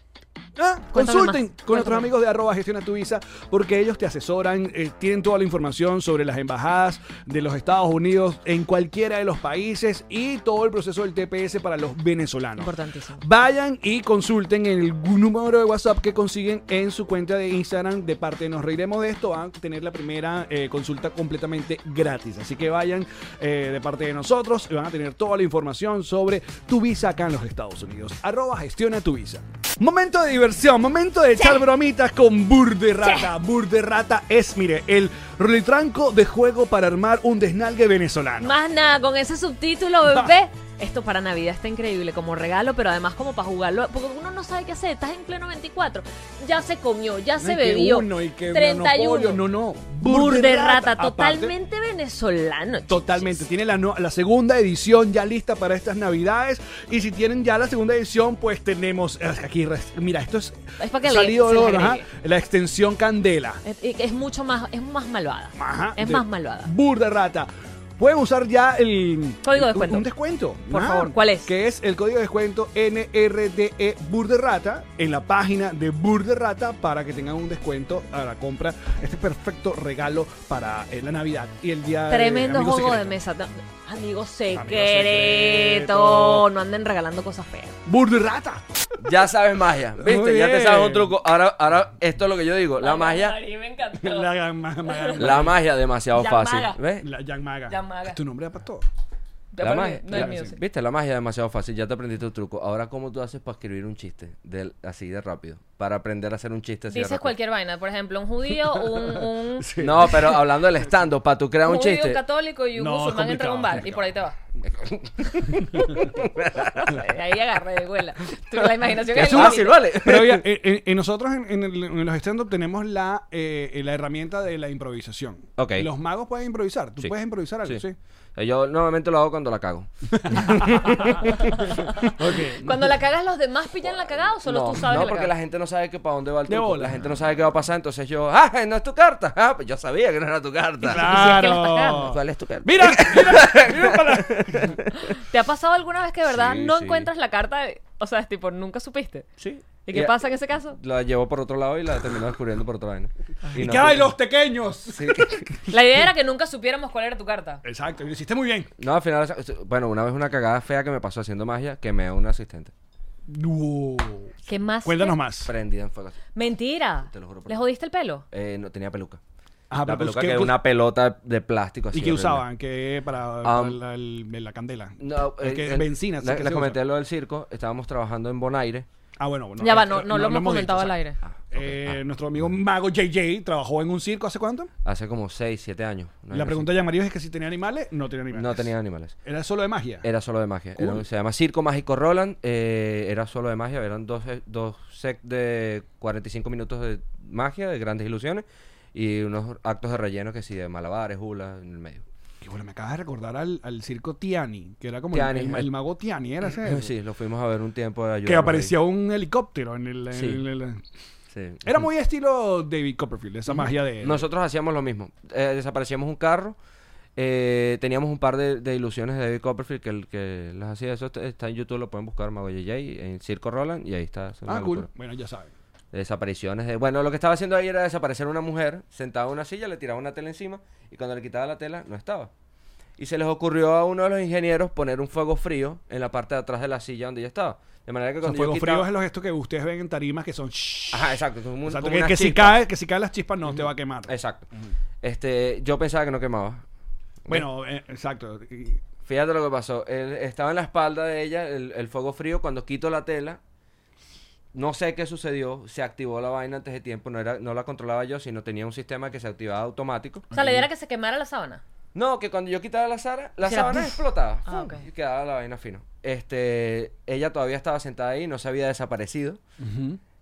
Ah, Cuéntame consulten más, con cuéntame nuestros más. amigos de arroba gestiona tu visa porque ellos te asesoran, eh, tienen toda la información sobre las embajadas de los Estados Unidos en cualquiera de los países y todo el proceso del TPS para los venezolanos. Importantísimo. Vayan y consulten el número de WhatsApp que consiguen en su cuenta de Instagram de parte de Nos Reiremos de Esto. Van a tener la primera eh, consulta completamente gratis. Así que vayan eh, de parte de nosotros y van a tener toda la información sobre tu visa acá en los Estados Unidos. Arroba gestiona tu visa. Momento de diversión, momento de echar bromitas con Burde Rata. Burde Rata es, mire, el rolitranco de juego para armar un desnalgue venezolano. Más nada, con ese subtítulo, bebé. Esto para Navidad está increíble como regalo, pero además como para jugarlo. Porque uno no sabe qué hacer. Estás en pleno 24. Ya se comió, ya se No, y que bebió. uno, y que 31. monopolio, No, no. Burde rata, aparte, totalmente venezolano. Totalmente. Tiene la, no- la segunda edición ya lista para estas navidades. Y si tienen ya la segunda edición, pues tenemos eh, aquí. res- Mira, esto es, Es para que le- salido se de le oro, ajá, agregue. la extensión Candela. Es, y que es mucho más, es más malvada. Ajá, es de más malvada. Burda rata. Pueden usar ya el Código de un- descuento. Un descuento. Por favor, ¿cuál es? Que es el código de descuento NRDE E Burda Rata en la página de Burda Rata para que tengan un descuento a la compra. Este perfecto regalo para eh, la Navidad y el día de Tremendo Amigo juego de Secreto. mesa. Amigo secreto. secreto. No anden regalando cosas feas. Burda Rata. Ya sabes magia, Muy ¿viste? Ya te sabes bien. un truco. Ahora, ahora esto es lo que yo digo, la magia, Ay, me encantó. La gama- ma- la magia demasiado La fácil, maga. ¿ves? La Yang Maga. Yang Maga. Es tu nombre para todo. La magia, No es la- mío, sí. sí. ¿Viste? La magia es demasiado fácil, ya te aprendiste un truco. Ahora, ¿cómo tú haces para escribir un chiste del- así de rápido? Para aprender a hacer un chiste así de Dices rápido. cualquier vaina. Por ejemplo, un judío, un, un, No, pero hablando del stand-up, para tú crear un un judío, chiste. un católico y un No, es musulmán entran a un bar. complicado, Y por ahí te va. ahí agarré de huela. Tú, la imaginación Es es un el fácil, límite. vale. Pero oye, eh, eh, eh, nosotros en, en el- en los stand-up tenemos la, eh, eh, la herramienta de la improvisación. Ok. Los magos pueden improvisar. Tú Sí. puedes improvisar algo, sí. Sí. Eh, Yo normalmente lo hago cuando la cago. Cuando la cagas, los demás pillan la cagada o solo no, tú sabes no, que la porque la cagas? gente no sabe que para dónde va el De truco. bola. La gente no sabe qué va a pasar, entonces yo, ¡ah! No es tu carta. Ah, pues yo sabía que no era tu carta. ¡Claro! ¿Cuál es tu carta? ¡Mira! ¡Mira! ¡Mira para! ¿Te ha pasado alguna vez que de verdad Sí, no sí. encuentras la carta? de- O sea, es tipo, nunca supiste. Sí. ¿Y qué Y- pasa en ese caso? La llevo por otro lado y la termino descubriendo por otra vaina. ¡Y no- qué hay los pequeños! Sí. La idea era que nunca supiéramos cuál era tu carta. Exacto, y lo hiciste muy bien. No, al final, bueno, una vez una cagada fea que me pasó haciendo magia, quemé a un asistente. Wow. ¿Qué más? Cuéntanos más. Prendida en fuego. Mentira. Te lo juro por ¿Le Dios. jodiste el pelo? Eh, no tenía peluca. Ajá, la pero pues, peluca ¿qué- que qué- una pelota de plástico así. ¿Y qué horrible. usaban? ¿Qué para, para Um, la, el- la candela? No, eh, que, el- benzina. sí, le- que Les se comenté usa. lo del circo. Estábamos trabajando en Bonaire. Ah, bueno. ya va, este, no, no, lo hemos dicho, comentado al exacto. aire. ah, Eh, Nuestro amigo Mago JJ trabajó en un circo hace cuánto? Hace como 6, 7 años. una la vaina pregunta de María es que si tenía animales, no tenía así. animales. No tenía animales. Era solo de magia. Era solo de magia. Era Cool. un- se llama Circo Mágico Roland. eh, era solo de magia. Eran dos, eh, dos sets de 45 minutos de magia, de grandes ilusiones. Y unos actos de relleno que sí, de malabares, hula, en el medio. Que bueno, me acabas de recordar al, al circo Tiani, que era como Tiani, el, el- eh. el mago Tiani, era ese. Sí, lo fuimos a ver un tiempo de ayuda. que aparecía un helicóptero en el. en Sí. el- Era muy estilo David Copperfield, esa magia de. Nosotros hacíamos lo mismo. Eh, desaparecíamos un carro. eh, teníamos un par de, de ilusiones de David Copperfield que, el que las hacía. Eso está- está en YouTube, lo pueden buscar, Mago JJ, en Circo Roland, y ahí está. es una ah, cool. locura. Bueno, ya saben. Desapariciones de... Bueno, lo que estaba haciendo ahí era desaparecer una mujer sentada en una silla, le tiraba una tela encima y cuando le quitaba la tela no estaba. Y se les ocurrió a uno de los ingenieros poner un fuego frío en la parte de atrás de la silla donde yo estaba. De manera que Los cuando yo fuegos quitaba- fríos es los gestos que ustedes ven en tarimas que son. shhh. Ajá, exacto. como un- O sea, como que, unas que si chispas. cae, que si caen las chispas no te va a quemar. Exacto. Este, yo pensaba que no quemaba. Bueno, eh, exacto. Y- Fíjate lo que pasó. Él- estaba en la espalda de ella el, el fuego frío. Cuando quito la tela, No sé qué sucedió, se activó la vaina antes de tiempo, no, era, no la controlaba yo, sino tenía un sistema que se activaba automático. O sea, la idea era que se quemara la sábana. No, que cuando yo quitaba la sábana, la Se la sábana puff. explotaba. Ah, ¡Fum! ok. Y quedaba la vaina fino. Este, ella todavía estaba sentada ahí, no se había desaparecido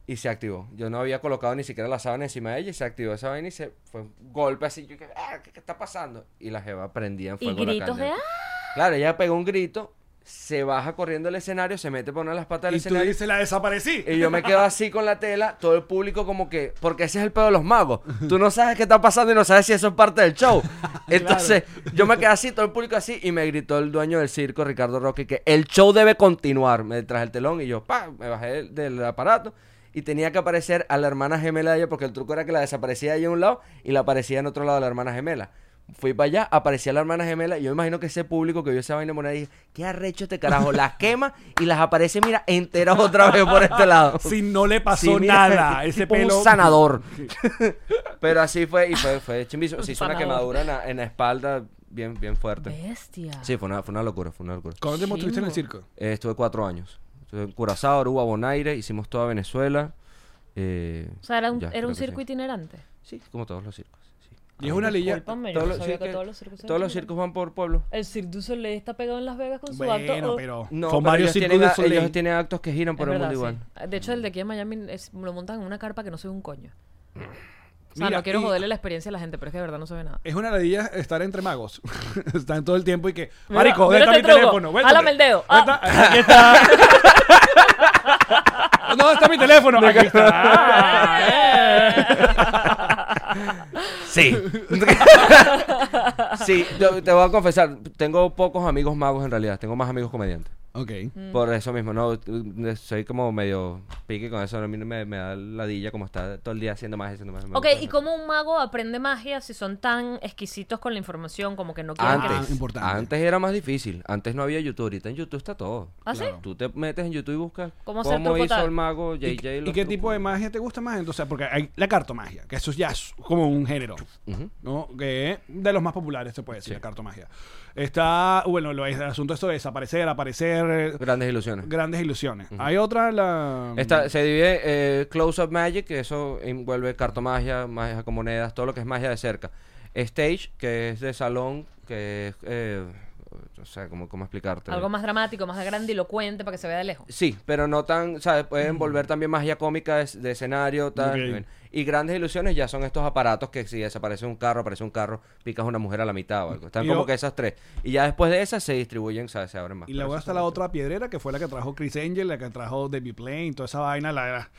y se activó. Yo no había colocado ni siquiera la sábana encima de ella y se activó esa vaina y se fue un golpe así. Yo que, "Ah, ¿qué, qué está pasando? Y la jeva prendía en Y fuego la gritos de candela. ¡ah! Claro, ella pegó un grito, se baja corriendo del escenario, se mete por una de las patas del Y tú escenario. dices, la desaparecí. Y yo me quedo así con la tela, todo el público como que, porque ese es el pedo de los magos. Tú no sabes qué está pasando y no sabes si eso es parte del show. Entonces, yo me quedé así, todo el público así, y me gritó el dueño del circo, Ricardo Roque, que el show debe continuar. Me traje el telón y yo, pa, me bajé del, del aparato. Y tenía que aparecer a la hermana gemela de ella, porque el truco era que la desaparecía ella en un lado y la aparecía en otro lado la hermana gemela. Fui para allá, aparecía la hermana gemela. Y yo me imagino que ese público que vio esa vaina moneda dije: ¿Qué arrecho este carajo? Las quema y las aparece, mira, enteras otra vez por este lado. Si no le Sí, pasó mira, nada, es ese tipo pelo. Un sanador. Pero así fue, y fue, fue chimbizo. Se hizo una sanador. quemadura en la, en la espalda bien, bien fuerte. Bestia. Sí, fue una, fue una locura, fue una locura. ¿Cuándo tiempo estuviste en el circo? Eh, estuve cuatro años. Estuve en Curazao, Aruba, Bonaire, hicimos toda Venezuela. eh, O sea, era un, ya, era un creo que circo sí. itinerante. Sí, como todos los circos. sí. Y es una leyenda. Discúlpame, yo Todos no los- sí, sabía que que todos los circos eran todos los itinerantes. circos van por pueblo. El Cirque du Soleil está pegado en Las Vegas con su acto. Bueno, oh. pero No, son pero varios ellos circos tienen, de a- ellos Soleil. tienen actos que giran Es por el verdad, mundo igual. sí. De hecho, el de aquí en Miami es- lo montan en una carpa que no se ve un coño. O sea, Mira, no quiero y- joderle la experiencia a la gente, pero es que de verdad no se ve nada. Es una ladilla estar entre magos. Están todo el tiempo y que, Mira, marico, mira ¿dónde está este mi truco. teléfono? Vuélvete. Jálame el dedo. ¿Dónde Ah. está? Aquí está. ¿Dónde está mi teléfono? Aquí está. Sí. sí, yo te voy a confesar, tengo pocos amigos magos en realidad, tengo más amigos comediantes. ok. Mm. Por eso mismo, no, t- soy como medio pique con eso, a mí no me, me da ladilla como está todo el día haciendo más, haciendo más. me Ok, gusta ¿y eso. cómo un mago aprende magia si son tan exquisitos con la información como que no quieren que... Antes, Ah, importante. antes era más difícil, antes no había YouTube, ahorita en YouTube está todo. ¿Ah, sí? Tú te metes en YouTube y buscas ¿Cómo cómo, hacer truco hizo tal? el mago JJ. ¿Y, qué- los y qué trucos. tipo de magia te gusta más? Entonces, porque hay la cartomagia, que eso ya es como un género, Ujú. ¿no? Que es de los más populares, se puede decir, la cartomagia. Está, bueno, lo- el asunto esto de desaparecer, aparecer, Grandes ilusiones. grandes ilusiones. Hay otra, la... Esta, se divide eh, Close Up Magic, que eso envuelve cartomagia, magia con monedas, todo lo que es magia de cerca. Stage, que es de salón, que es. eh, no sé cómo, cómo explicarte. Algo más dramático, más grandilocuente para que se vea de lejos. Sí, pero no tan. ¿Sabes? Mm. Puede envolver también magia cómica de, de escenario, tal. Ok. bueno. Y grandes ilusiones ya son estos aparatos que si desaparece un carro, aparece un carro, picas una mujer a la mitad o algo. Están Y como o- que esas tres. Y ya después de esas se distribuyen, ¿sabes? Se abren más. Y luego Pero está esas la son otra piedrera que fue la que trajo Chris Angel, la que trajo David Blaine, toda esa vaina, la, la-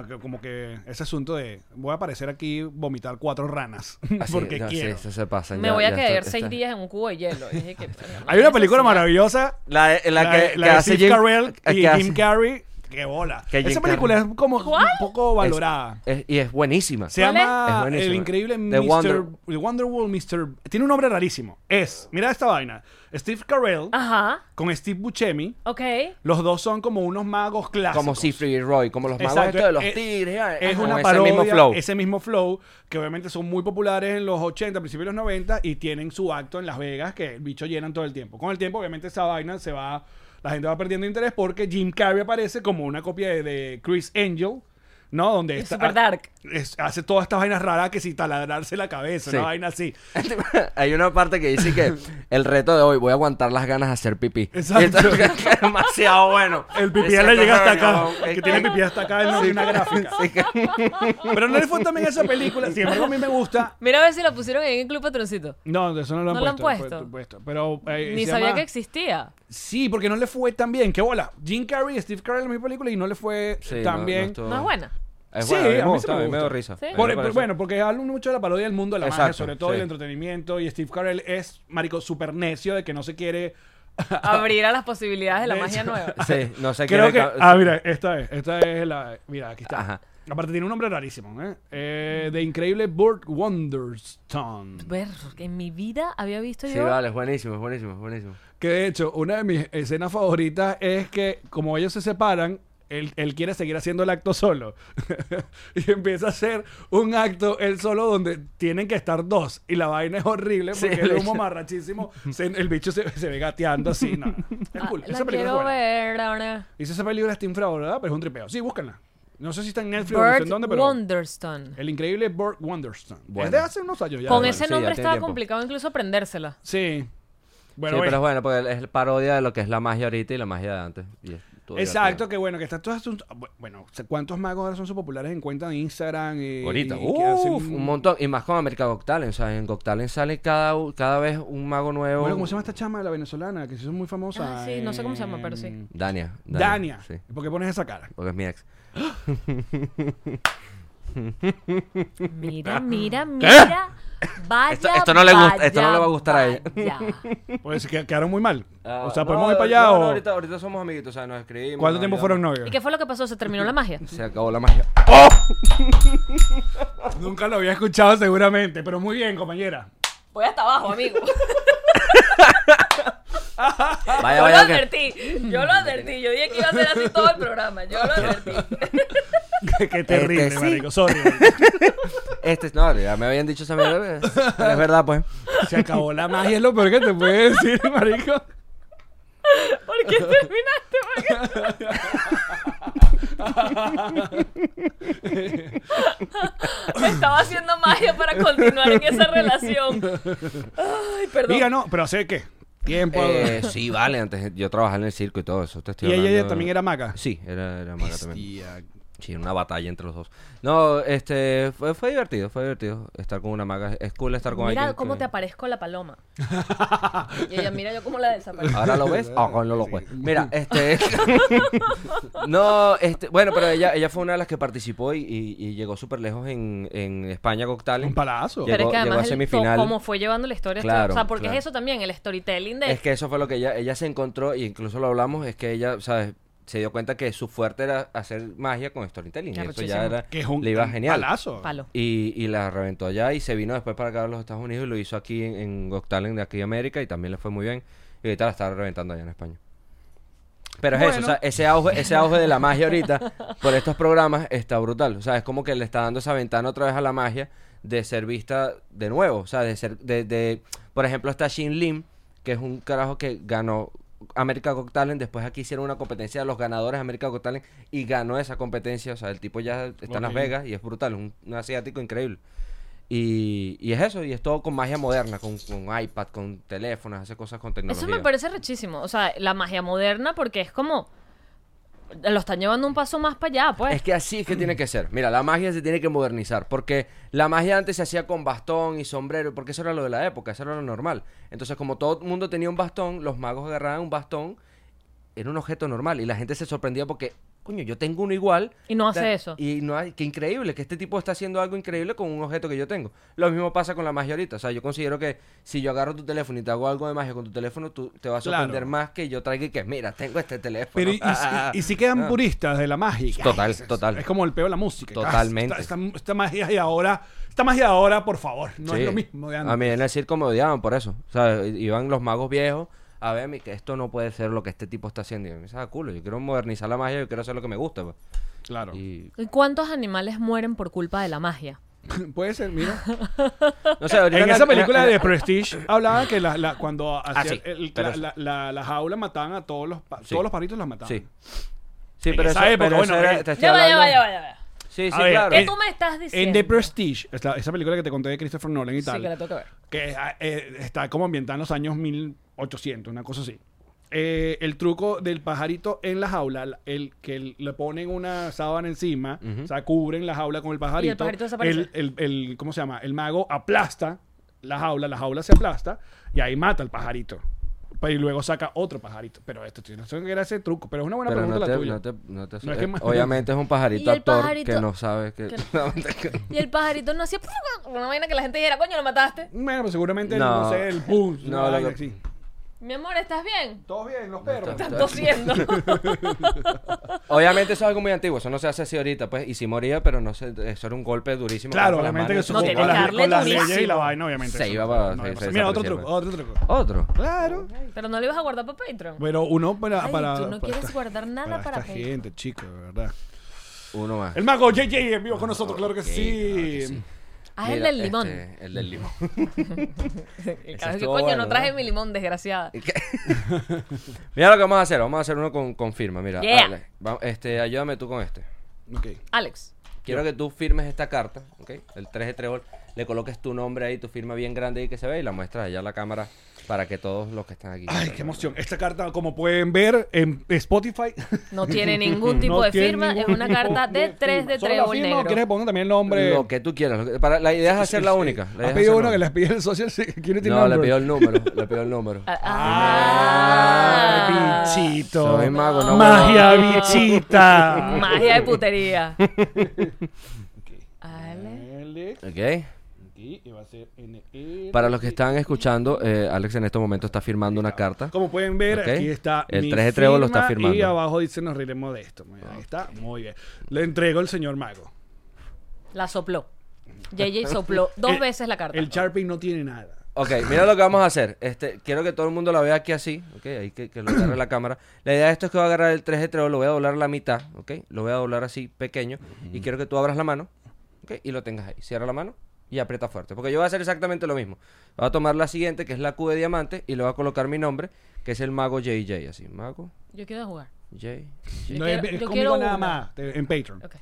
la que- como que ese asunto de voy a aparecer aquí vomitar cuatro ranas las tres. Así, porque no, sí, quiero. eso se pasa, Me ya- voy a ya quedar está- seis está- días en un cubo de hielo. Y dije que, bueno, Hay una película necesidad. maravillosa, La, de- la la, que, de- la que de hace Jim- Steve eh, Carell que y hace- Jim Carrey, que bola. Que Jim esa película Carrey. es como ¿Cuál? un poco valorada. Es- es- y es buenísima. Se ¿Cuál es? Es llama buenísima. El increíble The Mr. Wonder- el Wonder Woman, Mr. Tiene un nombre rarísimo. Es, mira esta vaina, Steve Carell Ajá, con Steve Buscemi. ok. Los dos son como unos magos clásicos. como Siegfried y Roy, como los magos Exacto, estos de los es- tigres. ah, Es con una ese parodia, mismo flow. ese mismo flow, que obviamente son muy populares en los 80, principios de los 90, y tienen su acto en Las Vegas, que el bicho llenan todo el tiempo. Con el tiempo, obviamente, esa vaina se va, la gente va perdiendo interés porque Jim Carrey aparece como una copia de, de Chris Angel, ¿no? Donde Es está- super dark. es- hace todas estas vainas raras que si taladrarse la cabeza, Sí. una vaina así. Hay una parte que dice que el reto de hoy voy a aguantar las ganas de hacer pipí. Exacto. Y esto es demasiado bueno. El pipí ya le llega hasta acá, eh, que tiene pipí hasta acá en una gráfica. Pero no le fue también esa película, sin embargo, a mí me gusta. Mira a ver si la pusieron en el Club Patroncito. No, eso no lo han No lo han puesto. puesto. pu- puesto. Pero, eh, Ni se sabía llama- que existía. Sí, porque no le fue tan bien. ¡Qué bola! Jim Carrey y Steve Carell en mi película y no le fue Sí, no- tan no bien. estuvo- No es buena. Es Sí, buena, a mí me a mí sí gusta, a me mí me gusta. dio risa. Sí. A mí me Por- parece- bueno, porque hablan mucho de la parodia del mundo de la magia, Exacto, sobre todo sí. el entretenimiento. Y Steve Carell es, marico, súper necio de que no se quiere... Abrir a las posibilidades de la De magia hecho- nueva. Sí, no sé Creo quién que... es- Ah, mira, esta es. Esta es la... Mira, aquí está. Ajá. Aparte tiene un nombre rarísimo, ¿eh? eh de increíble Burt Wonderstone. Ver, en mi vida había visto Sí, yo. vale, es buenísimo, es buenísimo, es buenísimo. Que de hecho, una de mis escenas favoritas es que como ellos se separan, él, él quiere seguir haciendo el acto solo. y empieza a hacer un acto él solo donde tienen que estar dos. Y la vaina es horrible Sí, porque el el humo bicho. marrachísimo, se- el bicho se, se ve gateando así. nada. Es Ah, cool. la Esa película es quiero buena. ver ahora. Dice esa película está infravalorada, pero es un tripeo. Sí, búsquenla. No sé si está en Netflix o no sé en Bird dónde, pero. Wonderstone. El increíble Burt Wonderstone. Bueno. Es de hace unos años ya. Con ¿verdad? ese sí, ya nombre tiene estaba tiempo. complicado incluso aprendérsela. Sí. Bueno, sí, bueno. pero es bueno, porque es parodia de lo que es la magia ahorita y la magia de antes. y estuvo Exacto, divertido. que bueno, que está todo asunto. Bueno, ¿cuántos magos ahora son súper populares en cuenta de Instagram? eh, Ahorita, y que hacen- uf, un montón. Y más con América Goctalen, ¿sabes? En Goctalen sale cada, u- cada vez un mago nuevo. Bueno, ¿cómo se llama esta chama, la venezolana, que se hizo muy famosa? Ah, sí, no sé cómo se llama, en- pero sí. Dania. Dania. Sí, ¿Por qué pones esa cara? porque es mi ex. Mira, mira, mira. Vaya, Esto- esto no le gusta- esto no le va a gustar a ella. vaya. Pues que- quedaron muy mal. o sea, Ah, ¿podemos no, ir para allá no, o no, ahorita, ahorita somos amiguitos, o sea, nos escribimos. cuánto nos tiempo hablamos. fueron novios? ¿Y qué fue lo que pasó? ¿Se terminó la magia? Se acabó la magia. Nunca lo había escuchado seguramente, pero muy bien, compañera. Voy hasta abajo, amigo. Eh, Vaya, Yo lo vaya. que- advertí, yo lo advertí. Yo dije que iba a ser así todo el programa. Yo lo advertí. qué terrible, Este sí. marico. Sorry. Este, no, ya me habían dicho esa mierda. pero es verdad, pues. Se acabó la magia, es lo peor que te puede decir, marico. ¿Por qué terminaste? ¿Por qué? Estaba haciendo magia para continuar en esa relación. Ay, perdón. Diga, no, pero hace qué? Tiempo. Eh, sí, vale, antes yo trabajaba en el circo y todo eso. Te estoy y ella, ella hablando- también era maga. Sí, era, era maga también. Sí, una batalla entre los dos. No, este, fue, fue divertido, fue divertido estar con una maga. Es cool estar con Mira alguien. pues. cómo que- te aparezco la paloma. Y ella, mira yo cómo la desaparezco. Ahora lo ves, ah, coño, lo ves. Mira, este. no, este. Bueno, pero ella, ella fue una de las que participó y, y- y llegó súper lejos en, en España con Talent. Un palazo. Llegó- Pero es que llegó además a el- semifinal. cómo fue llevando la historia. Claro, o sea, porque claro. es eso también, el storytelling de... Es que eso fue lo que ella, ella se encontró, y incluso lo hablamos, es que ella, ¿sabes? Se dio cuenta que su fuerte era hacer magia con storytelling. Y eso Arrechísimo. ya era. Que es un le iba un genial. palazo. Palo. Y, y la reventó allá y se vino después para acá a los Estados Unidos y lo hizo aquí en, en Got Talent de aquí de América y también le fue muy bien. Y ahorita la está reventando allá en España. Pero es eso, o sea, ese auge, ese auge de la magia ahorita por estos programas está brutal. O sea, es como que le está dando esa ventana otra vez a la magia de ser vista de nuevo. O sea, de ser, de, de- por ejemplo, está Shin Lim, que es un carajo que ganó América Got Talent. Después aquí hicieron una competencia de los ganadores de América Got Talent y ganó esa competencia. O sea, el tipo ya está en Las Ok. Vegas y es brutal, un, un asiático increíble. Y, y es eso, y es todo con magia moderna, con, con iPad, con teléfonos, hace cosas con tecnología. Eso me parece rechísimo. O sea, la magia moderna porque es como... Lo están llevando un paso más para allá, pues. Es que así es que tiene que ser. Mira, la magia se tiene que modernizar. Porque la magia antes se hacía con bastón y sombrero. Porque eso era lo de la época, eso era lo normal. Entonces, como todo el mundo tenía un bastón, los magos agarraban un bastón. Era un objeto normal. Y la gente se sorprendía porque, coño, yo tengo uno igual. Y no hace Da- eso. Y no hay. Qué increíble, que este tipo está haciendo algo increíble con un objeto que yo tengo. Lo mismo pasa con la magia ahorita. O sea, yo considero que si yo agarro tu teléfono y te hago algo de magia con tu teléfono, tú te vas a Claro. sorprender más que yo traiga y que, mira, tengo este teléfono. Pero y, y si- y si quedan Ah. puristas de la magia. Total, Es- es- total. Es como el peor de la música. Totalmente. Ah, Esta, esta- esta magia de ahora, esta magia de ahora, por favor, no Sí. es lo mismo de antes. A mí en el circo me odiaban por eso. O sea, iban los magos viejos a ver mi- que esto no puede ser lo que este tipo está haciendo. Y yo me decía, "Ah, culo, yo quiero modernizar la magia, yo quiero hacer lo que me gusta. pues". Claro. Y, ¿Y ¿Cuántos animales mueren por culpa de la magia? Puede ser, mira. no sé, ahorita en esa la- película la- de Prestige hablaba que la, la- cuando hacía Ah, sí, el- pero- la, la- la- la jaula mataban a todos los pa- Sí. todos los paritos los mataban. Sí. Sí, En pero esa eso, época, pero eso bueno, era- eh. te estoy Ya va, ya hablando- va, ya va, ya va. Sí, A sí, ver, claro. ¿Qué Eh, tú me estás diciendo? En The Prestige, es la- esa película que te conté de Christopher Nolan y Sí, tal, que la tengo que ver. que eh, eh, está como ambientada en los años 1800, una cosa así. Eh, el truco del pajarito en la jaula, la- el que el- le ponen una sábana encima, o sea, cubren la jaula con el pajarito. pajarito desaparece. el- el- el- ¿Cómo se llama? El mago aplasta la jaula, la jaula se aplasta y ahí mata al pajarito. Pa- Y luego saca otro pajarito. Pero esto, tío, no sé qué era ese truco, pero es una buena Pero pregunta no la te, tuya. no te- no te- No es que más- Obviamente es un pajarito Y el actor que pajarito- no sabe que... No, Y el pajarito no hacía una vaina que la gente dijera, coño, lo mataste. Bueno, pues seguramente, no, No. sé, el pum. No, una lo vaina que- así. Mi amor, ¿estás bien? Todos bien, los perros. Estás tosiendo. obviamente eso es algo muy antiguo, eso no se hace así ahorita, pues, y si moría, pero no sé, eso era un golpe durísimo. Claro, con las obviamente que manos, eso No, con, tiene con que las, darle con las leyes y durísimo. la vaina, obviamente. Se eso iba no- para- no se- pasa. se Mira, otro desaparecía, truco, otro truco. Otro. Claro. Pero no lo ibas a guardar para Patreon. Pero uno para. Ay, para tú no para quieres esta- guardar nada para, esta Patreon. gente, chico, de verdad. Uno más. El mago JJ en vivo con nosotros, claro que Ah. Ok, sí. Haz Ah, el Mira, del limón. este, el del limón. El carajo que, estuvo coño, bueno, no traje ¿no? mi limón, desgraciada. Mira lo que vamos a hacer, vamos a hacer uno con, con firma, mira. Yeah. hazle. Va- este, ayúdame tú con este. Ok. Alex. Quiero que tú firmes esta carta, ¿ok? El 3 de trébol. Le coloques tu nombre ahí, tu firma bien grande y que se ve y la muestras allá a la cámara para que todos los que están aquí. Ay, qué emoción. Esta carta, como pueden ver en Spotify. No tiene ningún tipo no de tiene firma, es ningún una tipo carta de firma. tres de ¿Solo la trébol firma o negro. ¿Quieres poner también el nombre? Lo que Ah, tú quieras. lo que- para- la idea es hacer la Sí. única. La idea Ha es pedido hacer uno la que única. les pide el social security No, le number. pidió el número. le pidió el número. Ah, ah. Ah, bichito. Soy mago, no. Magia bichita. Magia de putería. Ale. Alex, Ok. aquí, y va a ser NL. Para los que están escuchando, eh, Alex en este momento está firmando una carta. Como pueden ver, Ok. aquí está El mi 3 de trébol lo está firma, firmando. Y abajo dice, nos riremos de esto. Muy bien, Ahí está, muy bien. Le entrego el señor mago. La sopló. JJ sopló dos El- veces la carta. Eh, El Sharpie no tiene nada. Ok, mira lo que vamos a hacer. Este, quiero que todo el mundo la vea aquí así, ok, ahí que, que lo agarre la cámara. La idea de esto es que voy a agarrar el 3 de trébol, lo voy a doblar a la mitad, ok, lo voy a doblar así pequeño y quiero que tú abras la mano, ok, y lo tengas ahí. Cierra la mano y aprieta fuerte, porque yo voy a hacer exactamente lo mismo. Voy a tomar la siguiente, que es la Q de diamante, y le voy a colocar mi nombre, que es el mago JJ, así, mago Yo quiero jugar. JJ. Yo No, quiero- es, yo es conmigo quiero nada una. más, te- en Patreon. Ok.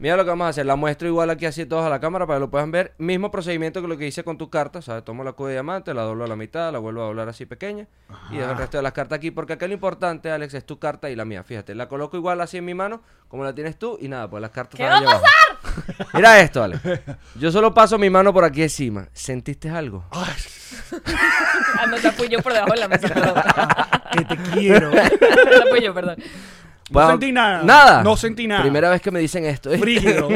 Mira lo que vamos a hacer. La muestro igual aquí así todos a la cámara para que lo puedan ver. Mismo procedimiento que lo que hice con tu carta. O sea, tomo la Q de diamante, la doblo a la mitad, la vuelvo a doblar así pequeña. Y dejo el resto de las cartas aquí. Porque acá lo importante, Alex, es tu carta y la mía. Fíjate, la coloco igual así en mi mano como la tienes tú. Y nada, pues las cartas ¿Qué están va a allá abajo. Mira esto, Alex. Yo solo paso mi mano por aquí encima. ¿Sentiste algo? Ah, no, te fui yo por debajo de la mesa, perdón. Que te quiero. Te fui yo, perdón. No Bueno, sentí nada. Nada. No sentí nada. Primera vez que me dicen esto. ¿eh? Frígido.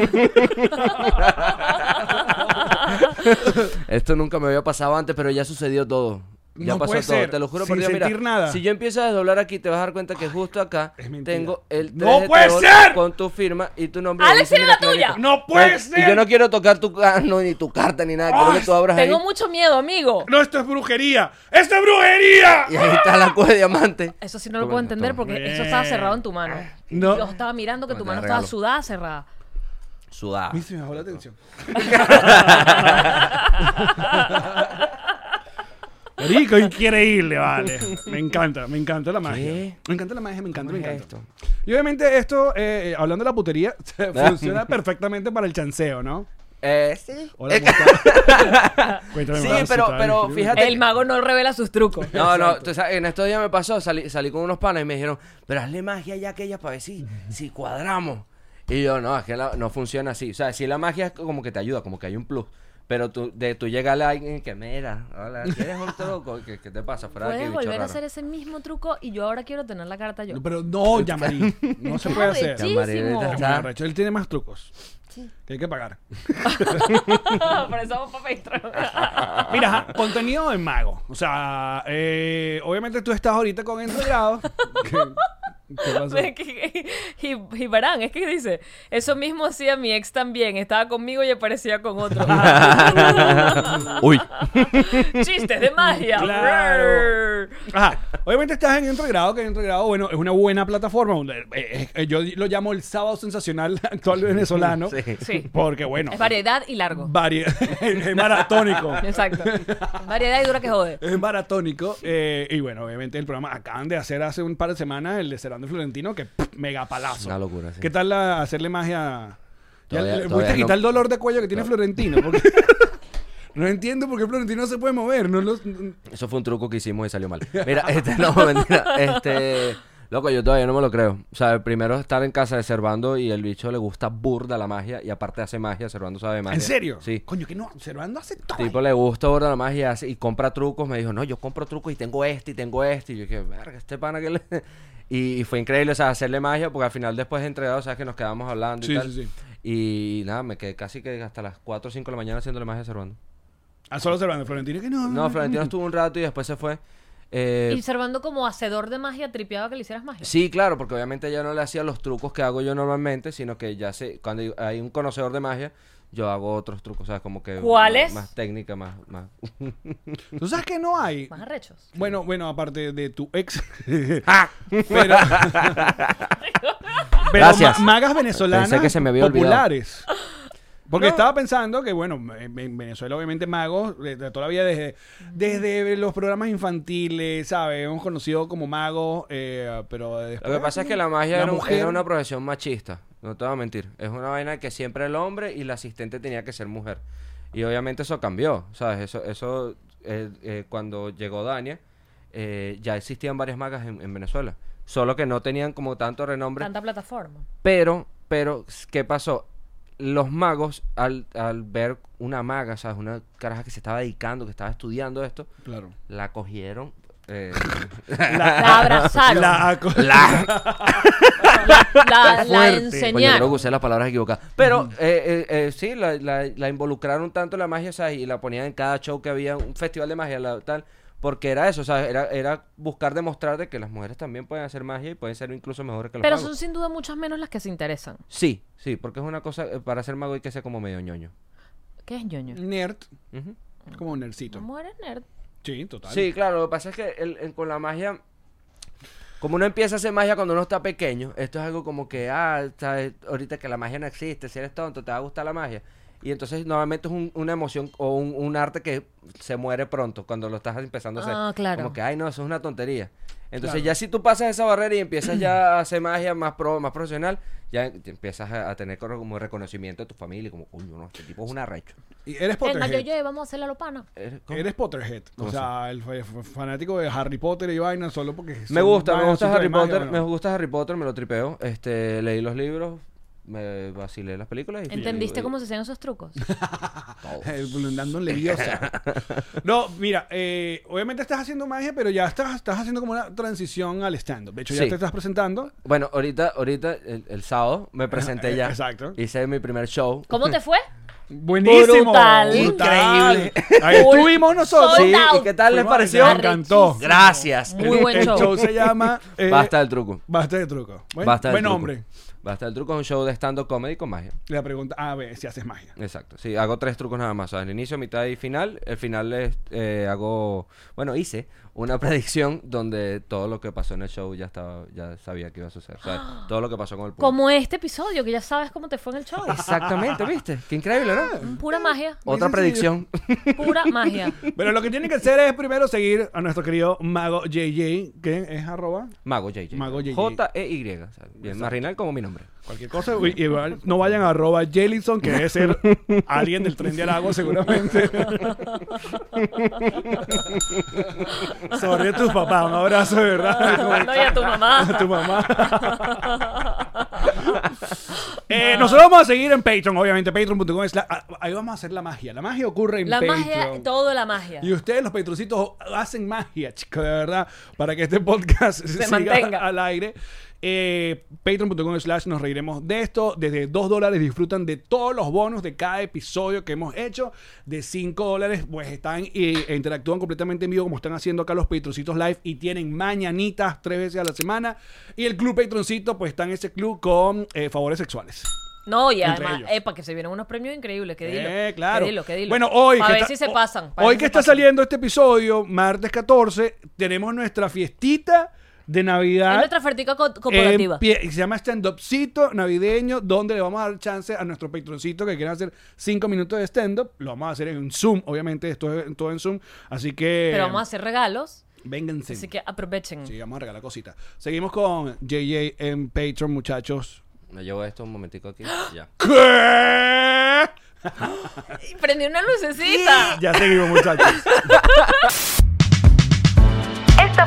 Esto nunca me había pasado antes, pero ya sucedió todo. Ya No pasó puede todo, ser, te lo juro sin por Dios. Mira, sentir nada. si yo empiezo a desdoblar aquí, te vas a dar cuenta que justo acá es mentira. tengo el ¡No 3 de puede trébol ser! con tu firma y tu nombre. ¡Alex, Dice, tiene mira, Ah, la tuya! clarito. ¡No puede Y yo ser! no quiero tocar tu ca- no, ni tu carta ni nada, quiero que tú abras Tengo ahí. mucho miedo, amigo. No, esto es brujería. ¡Esto es brujería! Y ahí está la cueva de diamante. Eso sí no lo puedo entender porque eso estaba cerrado en tu mano. No. Yo estaba mirando que tu Ah, Bueno, mano te estaba regalo. sudada, cerrada. Sudá. A mí se me bajó la atención. Rico, increíble, vale. Me encanta, me encanta la magia. ¿Qué? Me encanta la magia, me encanta, me es encanta. Y obviamente esto, eh, eh, hablando de la putería, Ah. funciona perfectamente para el chanceo, ¿no? Eh, sí. Hola, Eh, ¿cómo estás? Cuéntame Sí, más, pero- si tal, pero increíble. fíjate- El mago no revela sus trucos. No, no, tú sabes, en estos días me pasó, salí, salí con unos panas y me dijeron, pero hazle magia ya aquella para ver si, si cuadramos. Y yo, no, es que la- no funciona así. O sea, si la magia es como que te ayuda, como que hay un plus. Pero tú, de, tú llegas a alguien que, mira, hola, ¿quieres un truco? ¿Qué, qué te pasa? Fuera de aquí, Puedes bicho volver a raro". hacer ese mismo truco y yo ahora quiero tener la carta yo. Eh, Pero no, Yamari. No se puede hacer. Yamari, Arrechísimo. ahorita Es muy está- arrecho, Él tiene más trucos. Que hay que pagar. Por eso vamos para Patreon. Mira, ajá, contenido de mago. O sea, eh, obviamente tú estás ahorita con Enredados. ¿Qué, qué pasó? Es que- y- y verán, es que dice, eso mismo hacía mi ex también, estaba conmigo y aparecía con otro. Ah. Uy. Chistes de magia. Claro. Ajá. Obviamente estás en Entregrado, que Entregrado, bueno, es una buena plataforma. Eh, eh, eh, yo lo llamo el sábado sensacional actual venezolano. Sí. Sí. Porque, bueno, Es variedad y largo. varie- es maratónico. Exacto. Variedad y dura que jode. Es maratónico. eh, y bueno, obviamente el programa acaban de hacer hace un par de semanas el de Serando Florentino, que pff, mega palazo. Una locura, sí. ¿Qué tal la- hacerle magia? Ya Todavía- le voy todavía a quitar no- el dolor de cuello que tiene Florentino. porque- no entiendo por qué Florentino no se puede mover. No los- Eso fue un truco que hicimos y salió mal. Mira, este, no, mentira. Este, loco, yo todavía no me lo creo. O sea, primero estar en casa de Servando y el bicho le gusta burda la magia y aparte hace magia, Servando sabe magia. ¿En serio? Sí. Coño, que no, observando hace todo. tipo le gusta burda la magia hace- y compra trucos. Me dijo, no, yo compro trucos y tengo este y tengo este. Y yo dije, verga, este pana que le... Y, y fue increíble, o sea, hacerle magia porque al final después de entregado, sabes que nos quedamos hablando y Sí, tal. sí, sí. Y nada, me quedé casi que hasta las 4 o 5 de la mañana haciéndole magia a Servando. Ah, solo observando. Florentino que no. No, Florentino estuvo un rato y después se fue. Eh, Y Servando como hacedor de magia, tripeaba que le hicieras magia. Sí, claro, porque obviamente ella no le hacía los trucos que hago yo normalmente, sino que ya sé, cuando hay- hay un conocedor de magia, yo hago otros trucos, ¿sabes? Como que... ¿Cuáles? Más, más técnica, más... más. ¿Tú sabes que no hay? Más arrechos. Bueno, bueno, aparte de tu ex. Ah. Pero, pero Gracias. ma- magas venezolanas Pensé que se me había olvidado. populares. Porque estaba pensando que, bueno, en en Venezuela obviamente magos, de, de toda la vida desde, desde los programas infantiles, ¿sabes? Hemos conocido como magos, eh, pero después... Lo que pasa es que la magia La era, un- mujer- era una profesión machista. No te voy a mentir. Es una vaina que siempre el hombre y la asistente tenía que ser mujer. Y obviamente eso cambió, ¿sabes? Eso, eso eh, eh, cuando llegó Dania, eh, ya existían varias magas en, en Venezuela. Solo que no tenían como tanto renombre. Tanta plataforma. Pero, pero, ¿qué pasó? Los magos, al, al ver una maga, ¿sabes? Una caraja que se estaba dedicando, que estaba estudiando esto, Claro. la cogieron. eh, La abrazaron. La, La aco- la, la fuerte. Coño, creo enseñaron. que usé las palabras equivocadas. Pero eh, eh, eh, sí, la, la- la involucraron tanto en la magia, ¿sabes? Y la ponían en cada show que había, un festival de magia, la- tal. Porque era eso, ¿sabes? Era, era buscar demostrar de que las mujeres también pueden hacer magia y pueden ser incluso mejores que los Pero magos. son sin duda muchas menos las que se interesan. Sí, sí, porque es una cosa, eh, para ser mago hay que ser como medio ñoño. ¿Qué es ñoño? Nerd. Ujú. Es como un nerdcito. ¿Cómo eres nerd? Sí, total. Sí, claro, lo que pasa es que el- el- con la magia, como uno empieza a hacer magia cuando uno está pequeño, esto es algo como que, ah, sabes, ahorita que la magia no existe, si eres tonto, te va a gustar la magia. Y entonces normalmente es un- una emoción o un, un arte que se muere pronto cuando lo estás empezando a hacer. Ah, claro. Como que, ay, no, eso es una tontería. Entonces ya si tú pasas esa barrera y empiezas ya a hacer magia más pro, más profesional, ya te empiezas a, a tener como- como reconocimiento de tu familia, y como, coño, no, este tipo es un arrecho. Y eres Venga, yo, Potterhead. yo, vamos a hacer la lopana. Eres- ¿cómo? Eres Potterhead. O ¿Cómo sea, el fa- fa- fanático de Harry Potter y vaina solo porque... Me son gusta, me vainas gusta súper Harry de magia, Potter, bueno. me gusta Harry Potter, me lo tripeo. Este, leí los libros, me vacilé las películas y ¿Entendiste y- cómo se hacían esos trucos? El Blundando Leviosa. Eh, No, mira, eh, obviamente estás haciendo magia, pero ya estás, estás haciendo como una transición al stand-up. De hecho, ya Sí. te estás presentando. Bueno, ahorita, ahorita el, el sábado me presenté ya. eh, Exacto. Hice mi primer show. ¿Cómo te fue? Buenísimo. Brutal. brutal. Increíble. Ahí estuvimos nosotros. Sí, Sold ¿y out. qué tal les Fuimos a- pareció? Me encantó. Arrechísimo. Gracias. Muy El- buen el show. show se llama eh, Basta del truco. Basta de truco. Buen, Basta del buen truco. hombre. Basta del truco es un show de stand-up comedy con magia. La pregunta, a ver si haces magia. Exacto. Sí, hago tres trucos nada más. ¿sabes? El inicio, mitad y final. El final es, eh, hago... Bueno, hice una predicción donde todo lo que pasó en el show ya estaba ya sabía que iba a suceder. ¿sabes? Todo lo que pasó con el público. Como este episodio, que ya sabes cómo te fue en el show. Exactamente, ¿viste? Qué increíble, ¿no? Pura magia. Otra sencillo. predicción. Pura magia. Pero lo que tienen que hacer es primero seguir a nuestro querido Mago JJ, que es arroba Mago JJ. Mago JJ. J-E-Y. E o sea, bien marginal como mi nombre. cualquier cosa. Y- y igual no vayan a arroba Jellison, que debe ser alguien del tren de Alago seguramente. Sobre tus papás, un abrazo de verdad. No, y a tu A mamá. tu mamá. Eh, nosotros vamos a seguir en Patreon, obviamente, patreon.com. es la- ah, Ahí vamos a hacer la magia. La magia ocurre en La Patreon. magia, todo la magia. Y ustedes, los petrocitos, hacen magia, chicos, de verdad, para que este podcast se mantenga. al aire. Eh, Patreon.com slash nos reiremos de esto. Desde 2 dólares disfrutan de todos los bonos de cada episodio que hemos hecho. De 5 dólares, pues están eh, e interactúan completamente en vivo, como están haciendo acá los Patroncitos Live. Y tienen mañanitas tres veces a la semana. Y el Club Patroncito, pues está en ese club con eh, favores sexuales. No, y Entre además, ellos. epa, que se vienen unos premios increíbles, que dilo. Eh, claro. Que dilo, que dilo. Bueno, hoy. Pa' que ver está- si se ho- pasan. pa' Hoy ver si que se está pasan. saliendo este episodio, martes 14, tenemos nuestra fiestita de Es Navidad. nuestra ofertica co- cooperativa. ¿ah? Empie- se llama stand-upcito navideño, donde le vamos a dar chance a nuestro patroncito que quieran hacer 5 minutos de stand-up. Lo vamos a hacer en Zoom, obviamente, esto es todo en Zoom. Así que. Pero vamos a hacer regalos, Vénganse. así que aprovechen. Sí, vamos a regalar cositas. Seguimos con JJ en Patreon, muchachos. Me llevo esto un momentico aquí. Ya. ¿Qué? Y prendí una lucecita. Ya seguimos, muchachos. Esta